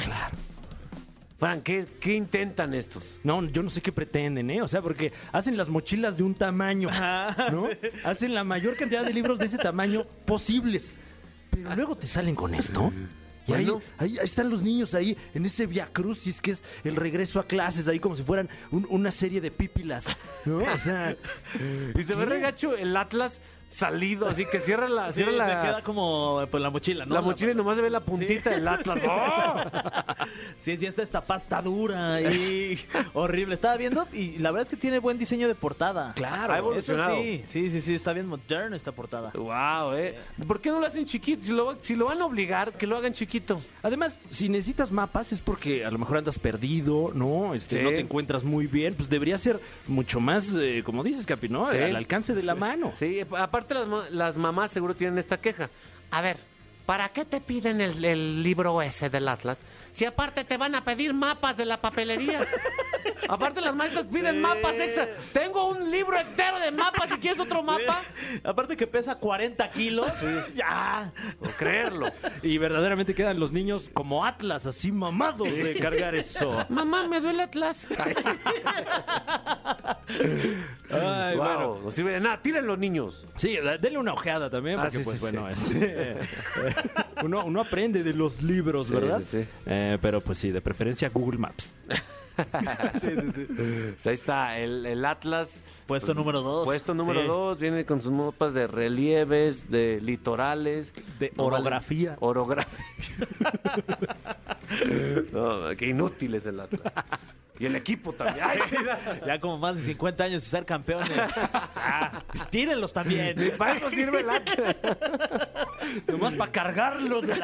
[SPEAKER 2] Fran, ¿qué, qué intentan estos?
[SPEAKER 3] No, yo no sé qué pretenden, ¿eh? O sea, porque hacen las mochilas de
[SPEAKER 2] [LAUGHS]
[SPEAKER 3] un tamaño,
[SPEAKER 2] Ah,
[SPEAKER 3] ¿no? Hacen la mayor cantidad de libros de ese tamaño posibles. Pero luego te salen con esto. Y ahí,
[SPEAKER 2] Bueno.
[SPEAKER 3] ahí- ahí están los niños ahí en ese Via Crucis que es el regreso a clases, ahí como si fueran un- una serie de pípilas, ¿no? O sea,
[SPEAKER 2] [LAUGHS] Y se ve regacho el Atlas salido, así que cierra la,
[SPEAKER 4] Sí,
[SPEAKER 2] cierra la,
[SPEAKER 4] me queda como pues, la mochila, ¿no?
[SPEAKER 2] la mochila y nomás se ve la puntita del Atlas. [LAUGHS] ¡Oh!
[SPEAKER 4] [LAUGHS] Sí, sí, esta, esta pasta
[SPEAKER 2] [LAUGHS]
[SPEAKER 4] dura y horrible. Estaba viendo y la verdad es que tiene buen diseño de portada.
[SPEAKER 2] Claro,
[SPEAKER 4] ha evolucionado.
[SPEAKER 2] eso
[SPEAKER 4] Sí, sí, sí, sí, está bien moderno esta portada.
[SPEAKER 2] Wow, eh. ¿Por qué no lo hacen chiquito? Si lo, si lo van a obligar, que lo hagan chiquito.
[SPEAKER 3] Además, si necesitas mapas es porque a lo mejor andas perdido, ¿no? Este,
[SPEAKER 2] Sí.
[SPEAKER 3] No te encuentras muy bien. Pues debería ser mucho más, eh, como dices, Capi, ¿no?
[SPEAKER 2] Sí.
[SPEAKER 3] Al alcance de la mano.
[SPEAKER 2] Sí, aparte las, ma- las mamás seguro tienen esta queja. A ver, ¿para qué te piden el, el libro ese del Atlas? Si aparte te van a pedir mapas de la [LAUGHS] papelería. aparte las maestras piden mapas extra. Tengo un libro entero de mapas y quieres otro mapa.
[SPEAKER 4] [LAUGHS] Aparte que pesa 40 kilos. [LAUGHS] Ya.
[SPEAKER 2] No creerlo.
[SPEAKER 3] Y verdaderamente quedan los niños como Atlas, así mamados de cargar eso.
[SPEAKER 2] Mamá, me duele Atlas. [LAUGHS] Ay, sí.
[SPEAKER 3] Ay,
[SPEAKER 2] Wow,
[SPEAKER 3] bueno.
[SPEAKER 2] no sirve de nada. Tiren los [LAUGHS] niños.
[SPEAKER 3] Sí, da- denle una ojeada también,
[SPEAKER 2] Ah,
[SPEAKER 3] porque
[SPEAKER 2] sí,
[SPEAKER 3] pues
[SPEAKER 2] sí, [LAUGHS]
[SPEAKER 3] bueno, este, uno, uno aprende de los libros,
[SPEAKER 2] Sí,
[SPEAKER 3] ¿verdad?
[SPEAKER 2] sí, sí.
[SPEAKER 3] Eh, pero pues sí, de preferencia Google Maps.
[SPEAKER 2] Pues ahí está, el, el Atlas.
[SPEAKER 4] Puesto número 2.
[SPEAKER 2] Puesto número 2 viene con sus mapas de relieves, de litorales,
[SPEAKER 3] De
[SPEAKER 2] No vale-
[SPEAKER 3] orografía.
[SPEAKER 2] orografía. [LAUGHS] no, qué inútil es el Atlas. Y el equipo también. Ay, mira,
[SPEAKER 4] Ya como más de 50 años y
[SPEAKER 2] [LAUGHS]
[SPEAKER 4] ser campeones. Ah, tírenlos también.
[SPEAKER 2] Para eso sirve el Atlas.
[SPEAKER 3] Nomás para cargarlos. [LAUGHS]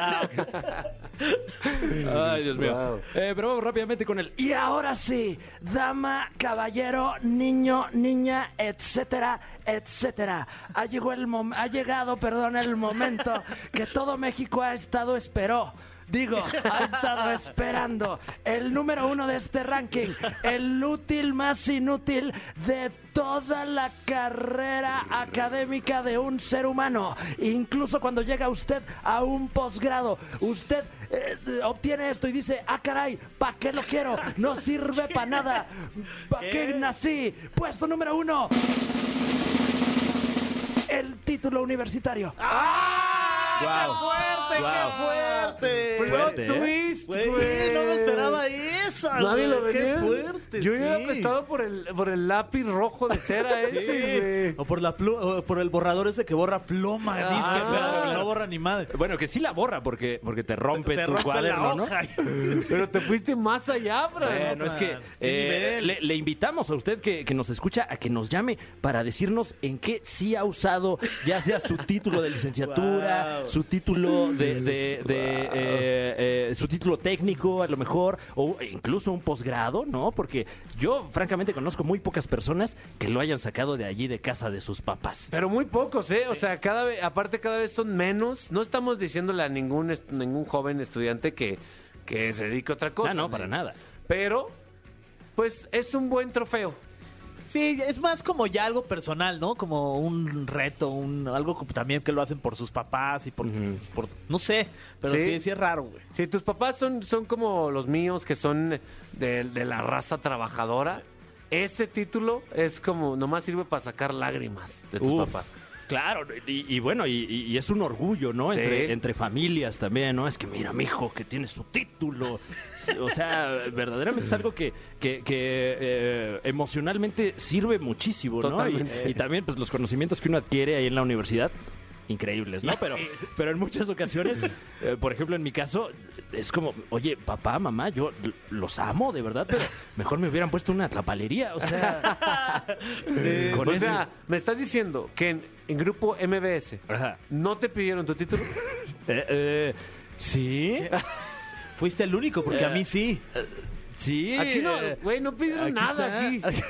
[SPEAKER 3] Ay, Dios mío.
[SPEAKER 2] Wow.
[SPEAKER 3] Eh, pero vamos rápidamente con el. Y ahora sí, dama, caballero, niño, niña, etcétera, etcétera. Ha, llegó el mom- ha llegado, perdón, el momento que todo México ha estado esperó. Digo, ha estado esperando el número uno de este ranking, el útil más inútil de toda la carrera académica de un ser humano. Incluso cuando llega usted a un posgrado, usted eh, obtiene esto y dice, ah caray, ¿para qué lo quiero? No sirve
[SPEAKER 4] [LAUGHS]
[SPEAKER 3] para nada. ¿Para qué nací? Puesto número uno. El título universitario.
[SPEAKER 4] ¡Ah! ¡Qué fuerte, qué fuerte!
[SPEAKER 3] Fuerte, ¿eh?
[SPEAKER 4] Güey, no me esperaba eso.
[SPEAKER 2] Nadie lo
[SPEAKER 4] güey.
[SPEAKER 2] venía.
[SPEAKER 4] ¡Qué fuerte!
[SPEAKER 2] Yo
[SPEAKER 4] sí.
[SPEAKER 2] hubiera apestado por el, por el lápiz rojo de cera ese,
[SPEAKER 4] O por, la plu- o por el borrador ese que borra pluma, disque, pero no borra ni madre.
[SPEAKER 3] Bueno, que sí la borra porque, porque te rompe
[SPEAKER 4] Te rompe la hoja. [LAUGHS]
[SPEAKER 2] güey. Pero te fuiste más allá, bro.
[SPEAKER 3] Bueno, es que eh, le, le invitamos a usted que, que nos escucha a que nos llame para decirnos en qué sí ha usado, ya sea su título de licenciatura,
[SPEAKER 4] Wow.
[SPEAKER 3] su eh, título de, de- de, eh, eh, su título técnico, a lo mejor, o inclu- incluso un posgrado, ¿no? Porque yo francamente conozco muy pocas personas que lo hayan sacado de allí de casa de sus papás.
[SPEAKER 2] Pero muy pocos, ¿eh? O sea, cada vez, aparte cada vez son menos. No estamos diciéndole a ningún, est- ningún joven estudiante que, que se dedique a otra cosa.
[SPEAKER 3] Ah, no, para nada.
[SPEAKER 2] Pero, pues es un buen trofeo.
[SPEAKER 4] Sí, es más como ya algo personal, ¿no? Como un reto, un algo como también que lo hacen por sus papás y por, por- no sé, pero
[SPEAKER 2] Sí.
[SPEAKER 4] sí, sí, es raro, güey.
[SPEAKER 2] Si tus papás son, son como los míos, que son de, de la raza trabajadora, este título es como, nomás sirve para sacar lágrimas de tus
[SPEAKER 3] Uf,
[SPEAKER 2] papás.
[SPEAKER 3] Claro, y, y bueno, y, y- y es un orgullo, ¿no?
[SPEAKER 2] Sí.
[SPEAKER 3] Entre, entre familias también, ¿no? Es que mira, mi hijo que tiene su título. Sí, O sea, verdaderamente es algo que, que- que, eh, emocionalmente sirve muchísimo, ¿no? Y-
[SPEAKER 2] Totalmente.
[SPEAKER 3] Y, también, pues, los conocimientos que uno adquiere ahí en la universidad, increíbles, ¿no?
[SPEAKER 2] [LAUGHS]
[SPEAKER 3] Pero, pero en muchas ocasiones, eh, por ejemplo, en mi caso, es como, oye, papá, mamá, yo l- los amo, de verdad, pero mejor me hubieran puesto una tapalería,
[SPEAKER 2] [LAUGHS]
[SPEAKER 3] o sea... con
[SPEAKER 2] o
[SPEAKER 3] eso-
[SPEAKER 2] sea, me estás diciendo que en, en grupo MBS
[SPEAKER 3] Ajá.
[SPEAKER 2] no te pidieron tu título.
[SPEAKER 3] Eh, eh, sí,
[SPEAKER 4] Fuiste el único, porque a mí sí.
[SPEAKER 3] sí.
[SPEAKER 2] Aquí no,
[SPEAKER 3] eh,
[SPEAKER 2] güey, no pidieron
[SPEAKER 3] aquí
[SPEAKER 2] nada
[SPEAKER 3] está.
[SPEAKER 2] aquí.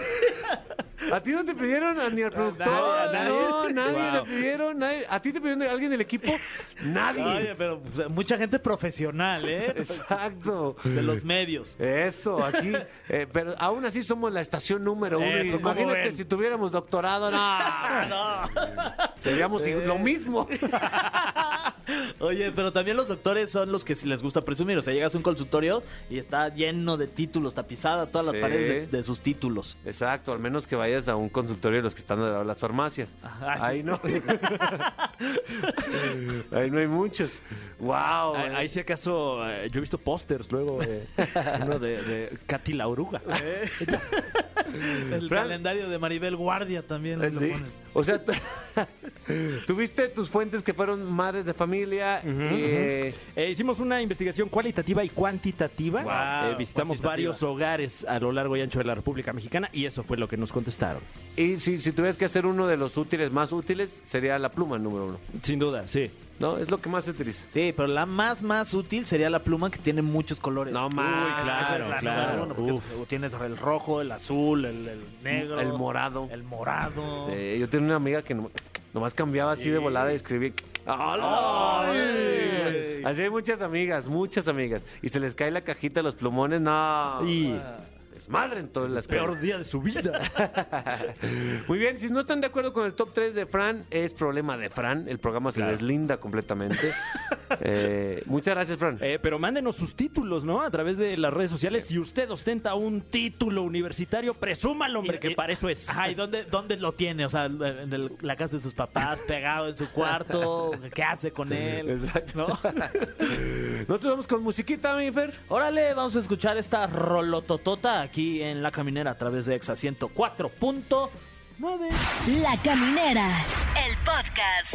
[SPEAKER 2] A ti no te pidieron a- ni al productor,
[SPEAKER 4] a nadie.
[SPEAKER 2] no, nadie
[SPEAKER 3] Wow.
[SPEAKER 2] le pidieron, nadie. ¿A ti te pidieron de alguien del equipo? Nadie.
[SPEAKER 4] Oye, pero pues, mucha gente profesional, ¿eh?
[SPEAKER 2] [LAUGHS] Exacto.
[SPEAKER 4] De los medios.
[SPEAKER 2] Eso, aquí. eh, pero aún así somos la estación número uno. y
[SPEAKER 4] Eso, ¿cómo
[SPEAKER 2] imagínate
[SPEAKER 4] ven?
[SPEAKER 2] si tuviéramos doctorado, no. Seríamos ig- lo mismo.
[SPEAKER 4] Oye, pero también los doctores son los que les gusta presumir. O sea, llegas a un consultorio y está lleno de títulos, tapizada todas las
[SPEAKER 2] Sí.
[SPEAKER 4] paredes de, de sus títulos.
[SPEAKER 2] Exacto, al menos que vayas a un consultorio de los que están al lado de las farmacias.
[SPEAKER 4] Ajá.
[SPEAKER 2] Ahí no. Ahí no hay muchos. Wow.
[SPEAKER 3] Ahí, ahí si acaso, eh, yo he visto pósters luego, [LAUGHS] eh, uno de, de Katy la oruga.
[SPEAKER 4] El
[SPEAKER 2] Fran-
[SPEAKER 4] calendario de Maribel Guardia también
[SPEAKER 2] Eh,
[SPEAKER 4] lo
[SPEAKER 2] sí.
[SPEAKER 4] ponen.
[SPEAKER 2] O sea, t- [LAUGHS] tuviste tus fuentes que fueron madres de familia. eh,
[SPEAKER 3] Eh, hicimos una investigación cualitativa y cuantitativa.
[SPEAKER 4] Wow,
[SPEAKER 3] Eh, visitamos
[SPEAKER 4] cuantitativa.
[SPEAKER 3] varios hogares a lo largo y ancho de la República Mexicana y eso fue lo que nos contestaron.
[SPEAKER 2] Y si, si tuvieras que hacer uno de los útiles más útiles, sería la pluma número uno.
[SPEAKER 3] Sin duda, sí.
[SPEAKER 2] ¿No? Es lo que más se utiliza.
[SPEAKER 4] Sí, pero la más más útil sería la pluma que tiene muchos colores.
[SPEAKER 2] No más.
[SPEAKER 3] claro,
[SPEAKER 4] Esa es la
[SPEAKER 3] claro.
[SPEAKER 4] número uno, porque
[SPEAKER 3] Uf.
[SPEAKER 4] es- tienes el rojo, el azul, el, el negro,
[SPEAKER 2] El morado.
[SPEAKER 4] el morado.
[SPEAKER 2] Eh, yo tenía una amiga que nom- nomás cambiaba así de volada y escribía. ¡Ay!
[SPEAKER 4] ¡Ay!
[SPEAKER 2] Así hay muchas amigas, muchas amigas. Y se les cae la cajita de los plumones, no.
[SPEAKER 3] Y
[SPEAKER 2] Desmadren todas las
[SPEAKER 3] peor día de su vida.
[SPEAKER 2] Muy bien, si no están de acuerdo con el top 3 de Fran, es problema de Fran. El programa se
[SPEAKER 3] Claro.
[SPEAKER 2] deslinda completamente. Eh, muchas gracias, Fran.
[SPEAKER 3] [LAUGHS] Eh, pero mándenos sus títulos, ¿no? A través de las redes sociales. Si usted ostenta un título universitario, presúmalo, hombre,
[SPEAKER 4] Y-
[SPEAKER 3] que
[SPEAKER 4] y-
[SPEAKER 3] para eso es.
[SPEAKER 4] Ajá, ¿y dónde, dónde lo tiene? O sea, en el- la casa de sus papás, pegado en su cuarto. ¿Qué hace con él?
[SPEAKER 2] Exacto.
[SPEAKER 4] ¿No?
[SPEAKER 2] [LAUGHS] Nosotros vamos con musiquita, mi Fer.
[SPEAKER 4] Órale, vamos a escuchar esta rolototota aquí en La Caminera a través de Exa 104.9.
[SPEAKER 5] La Caminera, el podcast.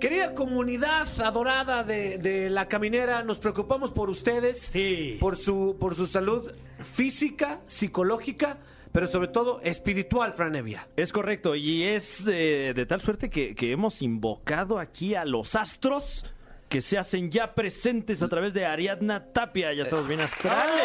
[SPEAKER 2] Querida comunidad adorada de, de La Caminera, nos preocupamos por ustedes,
[SPEAKER 4] Sí.
[SPEAKER 2] por, su, por su salud física, psicológica, pero sobre todo espiritual, Fran Evia.
[SPEAKER 3] Es correcto, y es eh, de tal suerte que, que hemos invocado aquí a los astros que se hacen ya presentes a través de Ariadna Tapia. Ya estamos bien astrales.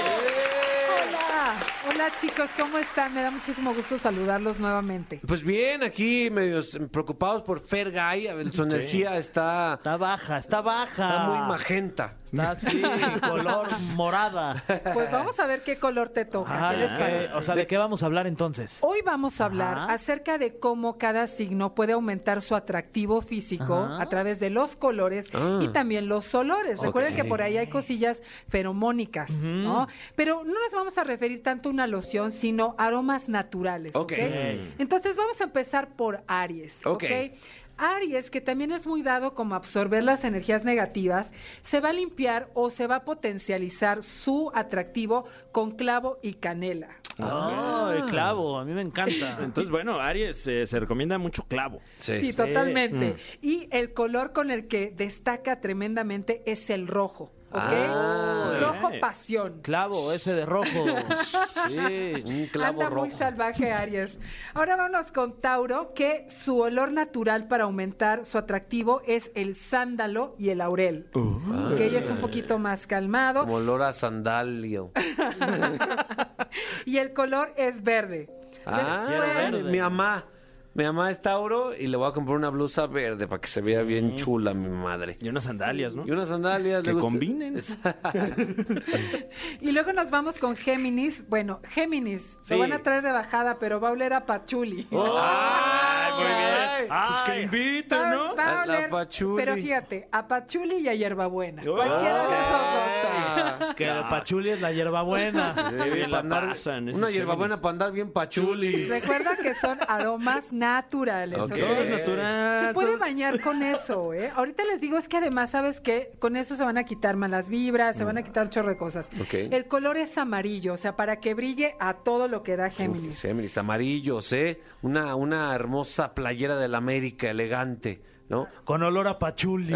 [SPEAKER 9] Hola, hola chicos, ¿cómo están? Me da muchísimo gusto saludarlos nuevamente.
[SPEAKER 2] Pues bien, aquí medios preocupados por Fergay, su energía está,
[SPEAKER 4] Está baja, está baja.
[SPEAKER 2] está muy magenta.
[SPEAKER 9] [LAUGHS]
[SPEAKER 4] Está así, color morada.
[SPEAKER 9] Pues vamos a ver qué color te toca.
[SPEAKER 4] Ajá,
[SPEAKER 9] ¿qué les
[SPEAKER 4] ¿de qué?
[SPEAKER 9] parece?
[SPEAKER 4] o sea, ¿de qué vamos a hablar entonces?
[SPEAKER 9] Hoy vamos a hablar
[SPEAKER 4] Ajá.
[SPEAKER 9] acerca de cómo cada signo puede aumentar su atractivo físico
[SPEAKER 4] Ajá.
[SPEAKER 9] a través de los colores
[SPEAKER 2] Ah.
[SPEAKER 9] y también los olores. Recuerden
[SPEAKER 2] Ok.
[SPEAKER 9] que por ahí hay cosillas feromónicas, ¿no? Pero no nos vamos a referir tanto a una loción, sino aromas naturales.
[SPEAKER 2] Ok. Mm.
[SPEAKER 9] ¿ok? Entonces vamos a empezar por Aries.
[SPEAKER 2] Ok.
[SPEAKER 9] ¿ok? Aries, que también es muy dado como a absorber las energías negativas, se va a limpiar o se va a potencializar su atractivo con clavo y canela.
[SPEAKER 4] Ah, el clavo, a mí me encanta.
[SPEAKER 3] Entonces, bueno, Aries, eh, se recomienda mucho clavo.
[SPEAKER 9] Sí, totalmente. Y el color con el que destaca tremendamente es el rojo. ¿ok?
[SPEAKER 8] ¿ok?
[SPEAKER 3] Eh,
[SPEAKER 4] Ah,
[SPEAKER 8] rojo
[SPEAKER 4] bien.
[SPEAKER 8] pasión.
[SPEAKER 4] Clavo ese de [LAUGHS] rojo. Sí.
[SPEAKER 2] Un clavo
[SPEAKER 8] Anda muy
[SPEAKER 2] rojo.
[SPEAKER 8] salvaje Aries. Ahora vámonos con Tauro, que su olor natural para aumentar su atractivo es el sándalo y el laurel, que ella es un poquito más calmado.
[SPEAKER 2] Como olor a sandalio.
[SPEAKER 8] [LAUGHS] Y el color es verde.
[SPEAKER 4] Quiero
[SPEAKER 2] Ah,
[SPEAKER 4] verde.
[SPEAKER 2] mi mamá. Mi mamá es Tauro y le voy a comprar una blusa verde para que se vea bien chula mi madre.
[SPEAKER 3] Y unas sandalias, ¿no?
[SPEAKER 2] Y unas sandalias. le
[SPEAKER 3] que
[SPEAKER 2] gusta-
[SPEAKER 3] combinen.
[SPEAKER 8] [LAUGHS] Y luego nos vamos con Géminis. Bueno, Géminis, lo van a traer de bajada, pero va a oler a pachuli.
[SPEAKER 2] ¡Ay, muy bien!
[SPEAKER 3] Pues que inviten,
[SPEAKER 8] Va-
[SPEAKER 3] ¿no?
[SPEAKER 8] va a
[SPEAKER 2] A la
[SPEAKER 8] oler,
[SPEAKER 2] pachuli.
[SPEAKER 8] Pero fíjate, a pachuli y a hierbabuena. Cualquiera de esos dos.
[SPEAKER 2] Ah,
[SPEAKER 4] Que el pachuli es la hierbabuena.
[SPEAKER 3] Sí, bien
[SPEAKER 2] para
[SPEAKER 3] la
[SPEAKER 2] andar-
[SPEAKER 3] pasan, esos
[SPEAKER 2] una hierbabuena
[SPEAKER 3] Géminis.
[SPEAKER 2] para andar bien pachuli.
[SPEAKER 8] Recuerda que son aromas naturales.
[SPEAKER 2] Ok.
[SPEAKER 8] ¿ok?
[SPEAKER 3] Todo es natural.
[SPEAKER 8] Se puede
[SPEAKER 3] todo-
[SPEAKER 8] bañar con eso, ¿eh? Ahorita les digo, es que además, ¿sabes qué? Con eso se van a quitar malas vibras, se van a quitar un chorro de cosas.
[SPEAKER 2] Ok.
[SPEAKER 8] El color es amarillo, o sea, para que brille a todo lo que da Géminis.
[SPEAKER 2] Uf, Géminis, amarillos, ¿eh? Una, una hermosa playera de la América, elegante, ¿no?
[SPEAKER 4] Con olor a pachuli.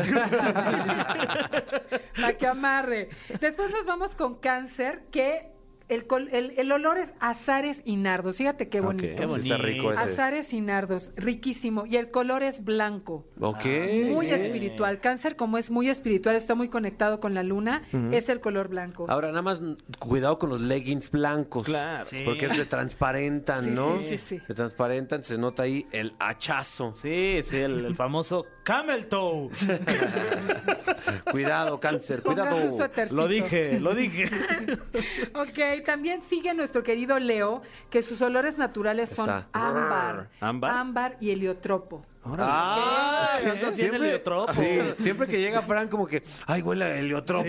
[SPEAKER 8] Para que amarre. Después nos vamos con cáncer, que el, col- el- el olor es azares y nardos. Fíjate qué bonito.
[SPEAKER 2] Sí, está rico ese.
[SPEAKER 8] Azares y nardos, riquísimo. Y el color es blanco.
[SPEAKER 2] Ok.
[SPEAKER 8] Muy espiritual. Cáncer, como es muy espiritual, está muy conectado con la luna, es el color blanco.
[SPEAKER 2] Ahora, nada más n- cuidado con los leggings blancos.
[SPEAKER 3] Claro. Sí.
[SPEAKER 2] Porque se transparentan,
[SPEAKER 8] Sí,
[SPEAKER 2] ¿no?
[SPEAKER 8] sí, sí, sí.
[SPEAKER 2] Se transparentan, se nota ahí el hachazo.
[SPEAKER 4] [LAUGHS] Sí, sí, el, el famoso camel toe.
[SPEAKER 2] Cuidado, cáncer,
[SPEAKER 8] Pongan
[SPEAKER 2] cuidado.
[SPEAKER 8] su suétercito.
[SPEAKER 4] Lo dije, lo dije.
[SPEAKER 8] Ok, también sigue nuestro querido Leo, que sus olores naturales son
[SPEAKER 2] Está.
[SPEAKER 8] ámbar,
[SPEAKER 3] ¿Ámbar?
[SPEAKER 8] y heliotropo.
[SPEAKER 2] Ay,
[SPEAKER 4] ¿Qué? Andas bien heliotropo.
[SPEAKER 2] Sí, siempre que llega Fran como que, ay, huele a heliotropo.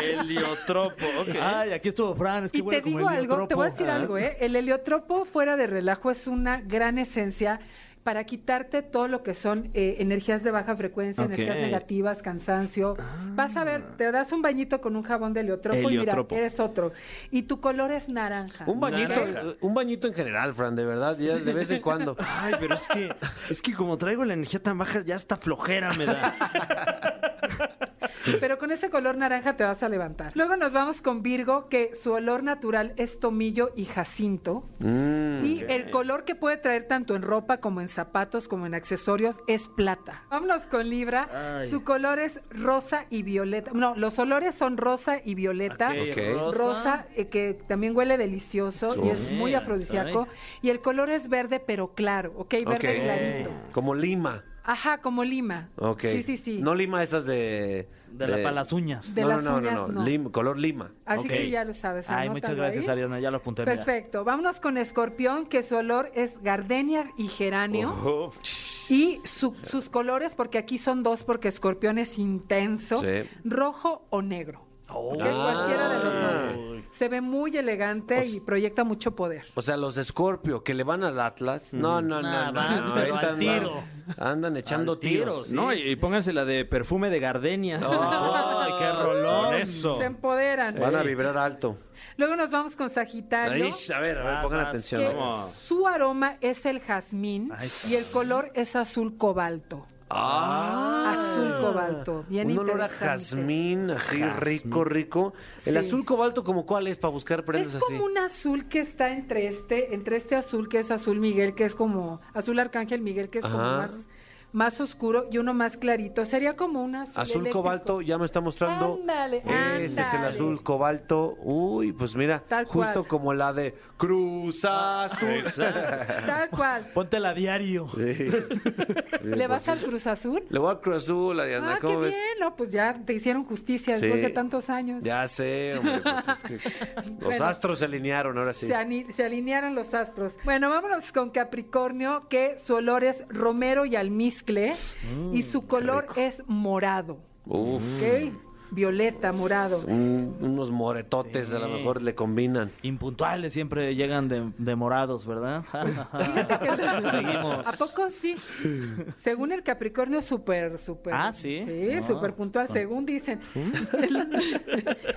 [SPEAKER 4] Heliotropo, Ay, aquí estuvo Fran, es que
[SPEAKER 8] Y
[SPEAKER 4] huele
[SPEAKER 8] te
[SPEAKER 4] como
[SPEAKER 8] digo algo, te voy a
[SPEAKER 4] heliotropo.
[SPEAKER 8] decir algo, ¿eh? El heliotropo fuera de relajo es una gran esencia para quitarte todo lo que son eh, energías de baja frecuencia,
[SPEAKER 3] Ok.
[SPEAKER 8] energías negativas, cansancio. Vas a
[SPEAKER 2] Ah.
[SPEAKER 8] ver, te das un bañito con un jabón de heliotropo,
[SPEAKER 3] Heliotropo.
[SPEAKER 8] y mira, eres otro. Y tu color es naranja.
[SPEAKER 2] Un bañito,
[SPEAKER 8] ¿ok?
[SPEAKER 2] eh, un bañito en general, Fran, de verdad, ya de vez en cuando.
[SPEAKER 3] Ay, pero es que, es que como traigo la energía tan baja, ya hasta flojera me da.
[SPEAKER 8] Pero con ese color naranja te vas a levantar. Luego nos vamos con Virgo, que su olor natural es tomillo y jacinto.
[SPEAKER 2] Mm.
[SPEAKER 8] y el color que puede traer tanto en ropa como en zapatos, como en accesorios, es plata. Vámonos con Libra. Su color es rosa y violeta. No, los olores son rosa y violeta.
[SPEAKER 2] Ok.
[SPEAKER 8] Rosa, eh, que también huele delicioso y es
[SPEAKER 4] Bien,
[SPEAKER 8] muy afrodisíaco. Y el color es verde, pero claro, ¿ok? Verde
[SPEAKER 2] Ok.
[SPEAKER 8] clarito.
[SPEAKER 2] Como Lima.
[SPEAKER 8] Ajá, como lima.
[SPEAKER 2] Ok.
[SPEAKER 8] Sí, sí, sí.
[SPEAKER 2] No Lima esas de...
[SPEAKER 4] De la palazuñas.
[SPEAKER 8] De
[SPEAKER 2] no,
[SPEAKER 8] las
[SPEAKER 2] no, no,
[SPEAKER 8] uñas,
[SPEAKER 2] no,
[SPEAKER 8] no. ¿Ah,
[SPEAKER 2] Lim- color Lima.
[SPEAKER 8] Así
[SPEAKER 4] Ok.
[SPEAKER 8] que ya lo sabes.
[SPEAKER 4] Ay, muchas
[SPEAKER 8] anótalo
[SPEAKER 4] gracias,
[SPEAKER 8] ahí.
[SPEAKER 4] Ariana, ya lo apunté. mira.
[SPEAKER 8] Perfecto. Vámonos con escorpión, que su olor es gardenias y geranio.
[SPEAKER 2] Oh.
[SPEAKER 8] Y su- sus colores, porque aquí son dos, porque escorpión es intenso,
[SPEAKER 2] Sí.
[SPEAKER 8] rojo o negro.
[SPEAKER 4] Oh.
[SPEAKER 8] Que cualquiera de los dos. Se ve muy elegante y proyecta mucho poder.
[SPEAKER 2] Ah. O sea, los Scorpio que le van al Atlas. No, no, no. no,
[SPEAKER 4] Nah, Mm. Ah, van,
[SPEAKER 2] no,
[SPEAKER 4] pero
[SPEAKER 2] ahorita
[SPEAKER 4] al tiro.
[SPEAKER 2] Andan echando
[SPEAKER 4] Al tiro,
[SPEAKER 2] tiros.
[SPEAKER 4] sí.
[SPEAKER 3] No, y, y pónganse la de perfume de gardenias.
[SPEAKER 4] Ay, qué rolón.
[SPEAKER 2] Oh.
[SPEAKER 3] Con eso.
[SPEAKER 8] Se empoderan.
[SPEAKER 2] Van a vibrar alto.
[SPEAKER 8] Luego nos vamos con Sagitario.
[SPEAKER 2] Ay, a ver, a
[SPEAKER 4] Ah,
[SPEAKER 2] ver, pongan atención.
[SPEAKER 8] que
[SPEAKER 2] a ver.
[SPEAKER 8] su aroma es el jazmín y el color es azul cobalto. azul cobalto. Bien
[SPEAKER 2] Ah. Un olor a
[SPEAKER 8] interesante.
[SPEAKER 2] jazmín, así rico, rico. El
[SPEAKER 8] Sí.
[SPEAKER 2] azul cobalto, ¿como cuál es para buscar prendas
[SPEAKER 8] Es
[SPEAKER 2] así?
[SPEAKER 8] como un azul que está entre este, entre este azul que es azul Miguel, que es como azul arcángel Miguel, que es como
[SPEAKER 2] Ajá.
[SPEAKER 8] más, más oscuro y uno más clarito. Sería como un azul.
[SPEAKER 2] Azul
[SPEAKER 8] eléctrico.
[SPEAKER 2] cobalto, ya me está mostrando.
[SPEAKER 8] Ándale,
[SPEAKER 2] Ese es el
[SPEAKER 8] ándale.
[SPEAKER 2] azul cobalto. Uy, pues mira,
[SPEAKER 8] Tal
[SPEAKER 2] justo
[SPEAKER 8] cual. Ah,
[SPEAKER 2] como la de Cruz
[SPEAKER 8] [LAUGHS]
[SPEAKER 2] Azul. [LAUGHS]
[SPEAKER 8] Tal cual.
[SPEAKER 4] Póntela a diario.
[SPEAKER 8] ¿Le vas al Cruz Azul?
[SPEAKER 2] pues Le voy al Cruz Azul, Ariana,
[SPEAKER 8] Ah, qué
[SPEAKER 2] ¿cómo ves?
[SPEAKER 8] bien. No, pues ya te hicieron justicia
[SPEAKER 2] Sí.
[SPEAKER 8] después de tantos años.
[SPEAKER 2] Ya sé, hombre, pues es que
[SPEAKER 8] [LAUGHS]
[SPEAKER 2] los
[SPEAKER 8] Bueno.
[SPEAKER 2] astros se alinearon ahora sí.
[SPEAKER 8] Se, ani- se alinearon los astros. Bueno, vámonos con Capricornio, que su olor es romero y almizcle
[SPEAKER 2] Mm,
[SPEAKER 8] y su color es morado.
[SPEAKER 2] Uf,
[SPEAKER 8] ¿Ok?
[SPEAKER 2] Mm.
[SPEAKER 8] Violeta, morado.
[SPEAKER 2] un- unos moretotes a lo mejor le combinan.
[SPEAKER 4] Impuntuales siempre llegan de, de morados, ¿verdad?
[SPEAKER 8] [LAUGHS] Fíjate que lo-
[SPEAKER 4] Seguimos.
[SPEAKER 8] ¿A poco sí? Según el Capricornio, súper, súper.
[SPEAKER 4] Ah, ¿sí?
[SPEAKER 8] Sí,
[SPEAKER 4] Ah.
[SPEAKER 8] súper puntual, según dicen. [LAUGHS]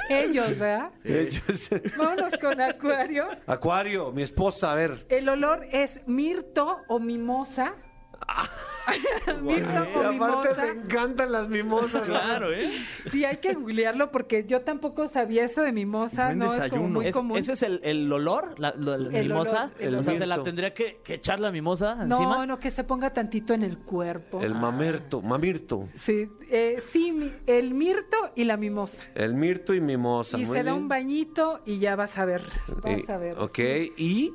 [SPEAKER 8] Ellos, ¿verdad?
[SPEAKER 2] [LAUGHS] Ellos-
[SPEAKER 8] Vámonos con Acuario.
[SPEAKER 2] Acuario, mi esposa, a ver.
[SPEAKER 4] [LAUGHS]
[SPEAKER 8] El olor es mirto o mimosa. Mixto
[SPEAKER 2] Y
[SPEAKER 8] o
[SPEAKER 2] aparte te
[SPEAKER 8] mimosa.
[SPEAKER 2] encantan las mimosas.
[SPEAKER 4] Claro, ¿eh?
[SPEAKER 8] Sí, hay que googlearlo porque yo tampoco sabía eso de mimosa,
[SPEAKER 3] Buen
[SPEAKER 8] no es como
[SPEAKER 3] desayuno.
[SPEAKER 8] muy
[SPEAKER 4] Es-
[SPEAKER 8] común.
[SPEAKER 4] ese es el, el olor, la, la- la
[SPEAKER 8] El
[SPEAKER 4] mimosa.
[SPEAKER 8] olor, el
[SPEAKER 4] o sea, se la
[SPEAKER 2] olor.
[SPEAKER 4] tendría que, que echar la mimosa
[SPEAKER 8] no,
[SPEAKER 4] encima.
[SPEAKER 8] no, que se ponga tantito en el cuerpo.
[SPEAKER 2] El mamerto, mamirto.
[SPEAKER 8] Sí, eh, sí, mi- el mirto y la mimosa.
[SPEAKER 2] El mirto y mimosa.
[SPEAKER 8] Y
[SPEAKER 2] muy
[SPEAKER 8] se da
[SPEAKER 2] bien.
[SPEAKER 8] un bañito y ya vas a ver. Vas
[SPEAKER 2] Y-
[SPEAKER 8] a ver.
[SPEAKER 2] Eh, Ok, ¿Y?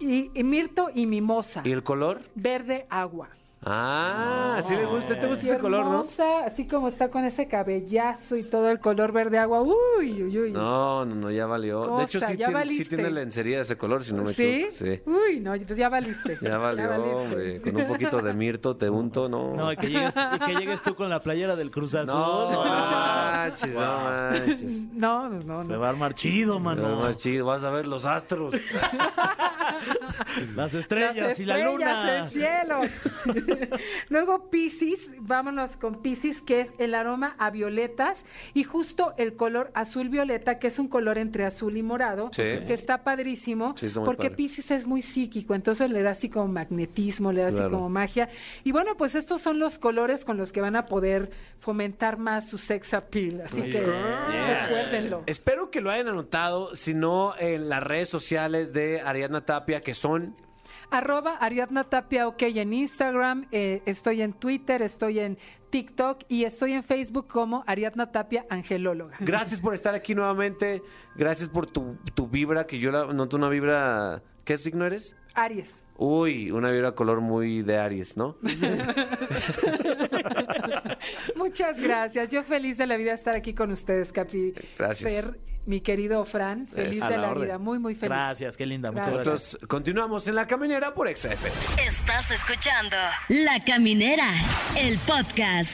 [SPEAKER 8] Y, y mirto y mimosa.
[SPEAKER 2] ¿y el color?
[SPEAKER 8] Verde agua.
[SPEAKER 2] Ah, sí le gusta, te gusta
[SPEAKER 8] Y
[SPEAKER 2] ese color, ¿no?
[SPEAKER 8] hermosa, así como está con ese cabellazo y todo el color verde agua. Uy, uy, uy.
[SPEAKER 2] No, no, no, ya valió. de hecho,
[SPEAKER 8] Cosa,
[SPEAKER 2] sí tiene,
[SPEAKER 8] ya
[SPEAKER 2] sí
[SPEAKER 8] valiste.
[SPEAKER 2] tiene lencería de ese color, si no me
[SPEAKER 8] ¿Sí?
[SPEAKER 2] equivoco. Sí.
[SPEAKER 8] Uy, no, entonces [LAUGHS] ya valiste.
[SPEAKER 2] Ya valió,
[SPEAKER 8] valiste.
[SPEAKER 2] hombre. Con un poquito de mirto te unto, no.
[SPEAKER 4] No, y que, llegues, y que llegues tú con la playera del Cruz Azul.
[SPEAKER 2] no, no
[SPEAKER 4] Ah,
[SPEAKER 2] manches, no manches.
[SPEAKER 8] [LAUGHS] No, no, no.
[SPEAKER 4] [LAUGHS] Se va a armar chido,
[SPEAKER 2] No,
[SPEAKER 4] mano.
[SPEAKER 2] más chido, vas a ver los
[SPEAKER 8] [LAUGHS]
[SPEAKER 2] astros.
[SPEAKER 4] Las estrellas
[SPEAKER 8] Las
[SPEAKER 4] y la luna.
[SPEAKER 8] estrellas, el
[SPEAKER 4] [LAUGHS]
[SPEAKER 8] cielo. Luego Piscis, vámonos con Piscis, que es el aroma a violetas y justo el color azul violeta, que es un color entre azul y morado,
[SPEAKER 2] Sí.
[SPEAKER 8] que está padrísimo,
[SPEAKER 2] Sí, está muy
[SPEAKER 8] porque
[SPEAKER 2] padre.
[SPEAKER 8] Piscis es muy psíquico, entonces le da así como magnetismo, le da
[SPEAKER 2] Claro.
[SPEAKER 8] así como magia. Y bueno, pues estos son los colores con los que van a poder fomentar más su sex appeal, así que
[SPEAKER 4] Ah,
[SPEAKER 2] Yeah.
[SPEAKER 8] Ah, recuérdenlo.
[SPEAKER 2] Espero que lo hayan anotado, si no en las redes sociales de Ariadna Tapia, que son
[SPEAKER 8] Arroba Ariadna Tapia OK en Instagram, eh, estoy en Twitter, estoy en TikTok y estoy en Facebook como Ariadna Tapia Angelóloga.
[SPEAKER 2] Gracias por estar aquí nuevamente. Gracias por tu, tu vibra, que yo la noto una vibra. ¿Qué signo eres?
[SPEAKER 8] Aries.
[SPEAKER 2] Uy, una vibra color muy de Aries, ¿no?
[SPEAKER 8] Muchas gracias. Yo feliz de la vida estar aquí con ustedes, Capi.
[SPEAKER 2] Gracias.
[SPEAKER 8] Fer, mi querido Fran, feliz
[SPEAKER 2] a
[SPEAKER 8] de
[SPEAKER 2] la
[SPEAKER 8] la,
[SPEAKER 2] orden.
[SPEAKER 8] vida, muy, muy feliz.
[SPEAKER 4] Gracias, qué linda. Muchas
[SPEAKER 8] Gracias.
[SPEAKER 4] gracias.
[SPEAKER 2] Nosotros continuamos en la caminera por XF.
[SPEAKER 5] Estás escuchando La Caminera, el podcast.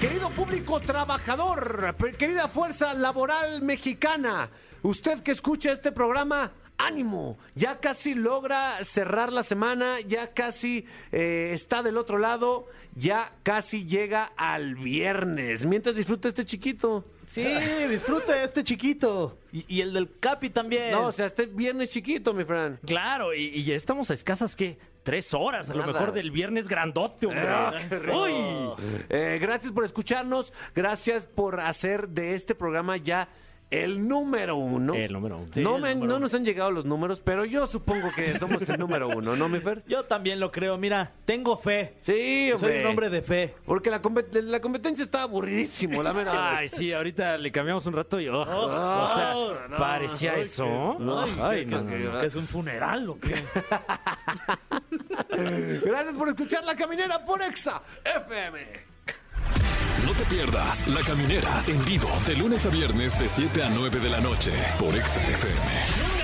[SPEAKER 2] Querido público trabajador, pe- querida fuerza laboral mexicana, usted que escucha este programa, ánimo, ya casi logra cerrar la semana, ya casi eh, está del otro lado, ya casi llega al viernes. Mientras disfruta este chiquito.
[SPEAKER 4] Sí, disfruta este chiquito. Y, y el del Capi también.
[SPEAKER 2] No, o sea, este viernes chiquito, mi Fran.
[SPEAKER 3] Claro, y, y ya estamos a escasas, ¿qué? Tres horas, a lo
[SPEAKER 2] Nada.
[SPEAKER 3] mejor del viernes grandote, hombre. Uy.
[SPEAKER 2] Eh, gracias por escucharnos, gracias por hacer de este programa ya el número uno.
[SPEAKER 3] Eh, El número uno. Sí,
[SPEAKER 2] no,
[SPEAKER 3] el
[SPEAKER 2] me-
[SPEAKER 3] número
[SPEAKER 2] no
[SPEAKER 3] uno.
[SPEAKER 2] nos han llegado los números, pero yo supongo que somos el número uno, ¿no, mi Fer?
[SPEAKER 4] Yo también lo creo. Mira, tengo fe.
[SPEAKER 2] Sí, hombre.
[SPEAKER 4] Soy un hombre de fe.
[SPEAKER 2] Porque la, compet- la competencia está aburridísimo, la verdad.
[SPEAKER 3] Ay, sí, ahorita le cambiamos un rato y... oh, o sea, parecía eso.
[SPEAKER 4] Ay,
[SPEAKER 3] Ay,
[SPEAKER 4] ¿qué- qué
[SPEAKER 3] no,
[SPEAKER 4] es
[SPEAKER 3] no,
[SPEAKER 4] que-
[SPEAKER 3] no.
[SPEAKER 4] que es un funeral o qué?
[SPEAKER 2] [LAUGHS] Gracias por escuchar La Caminera por Exa FM.
[SPEAKER 1] No te pierdas La Caminera en vivo de lunes a viernes de 7 a 9 de la noche por Exa FM.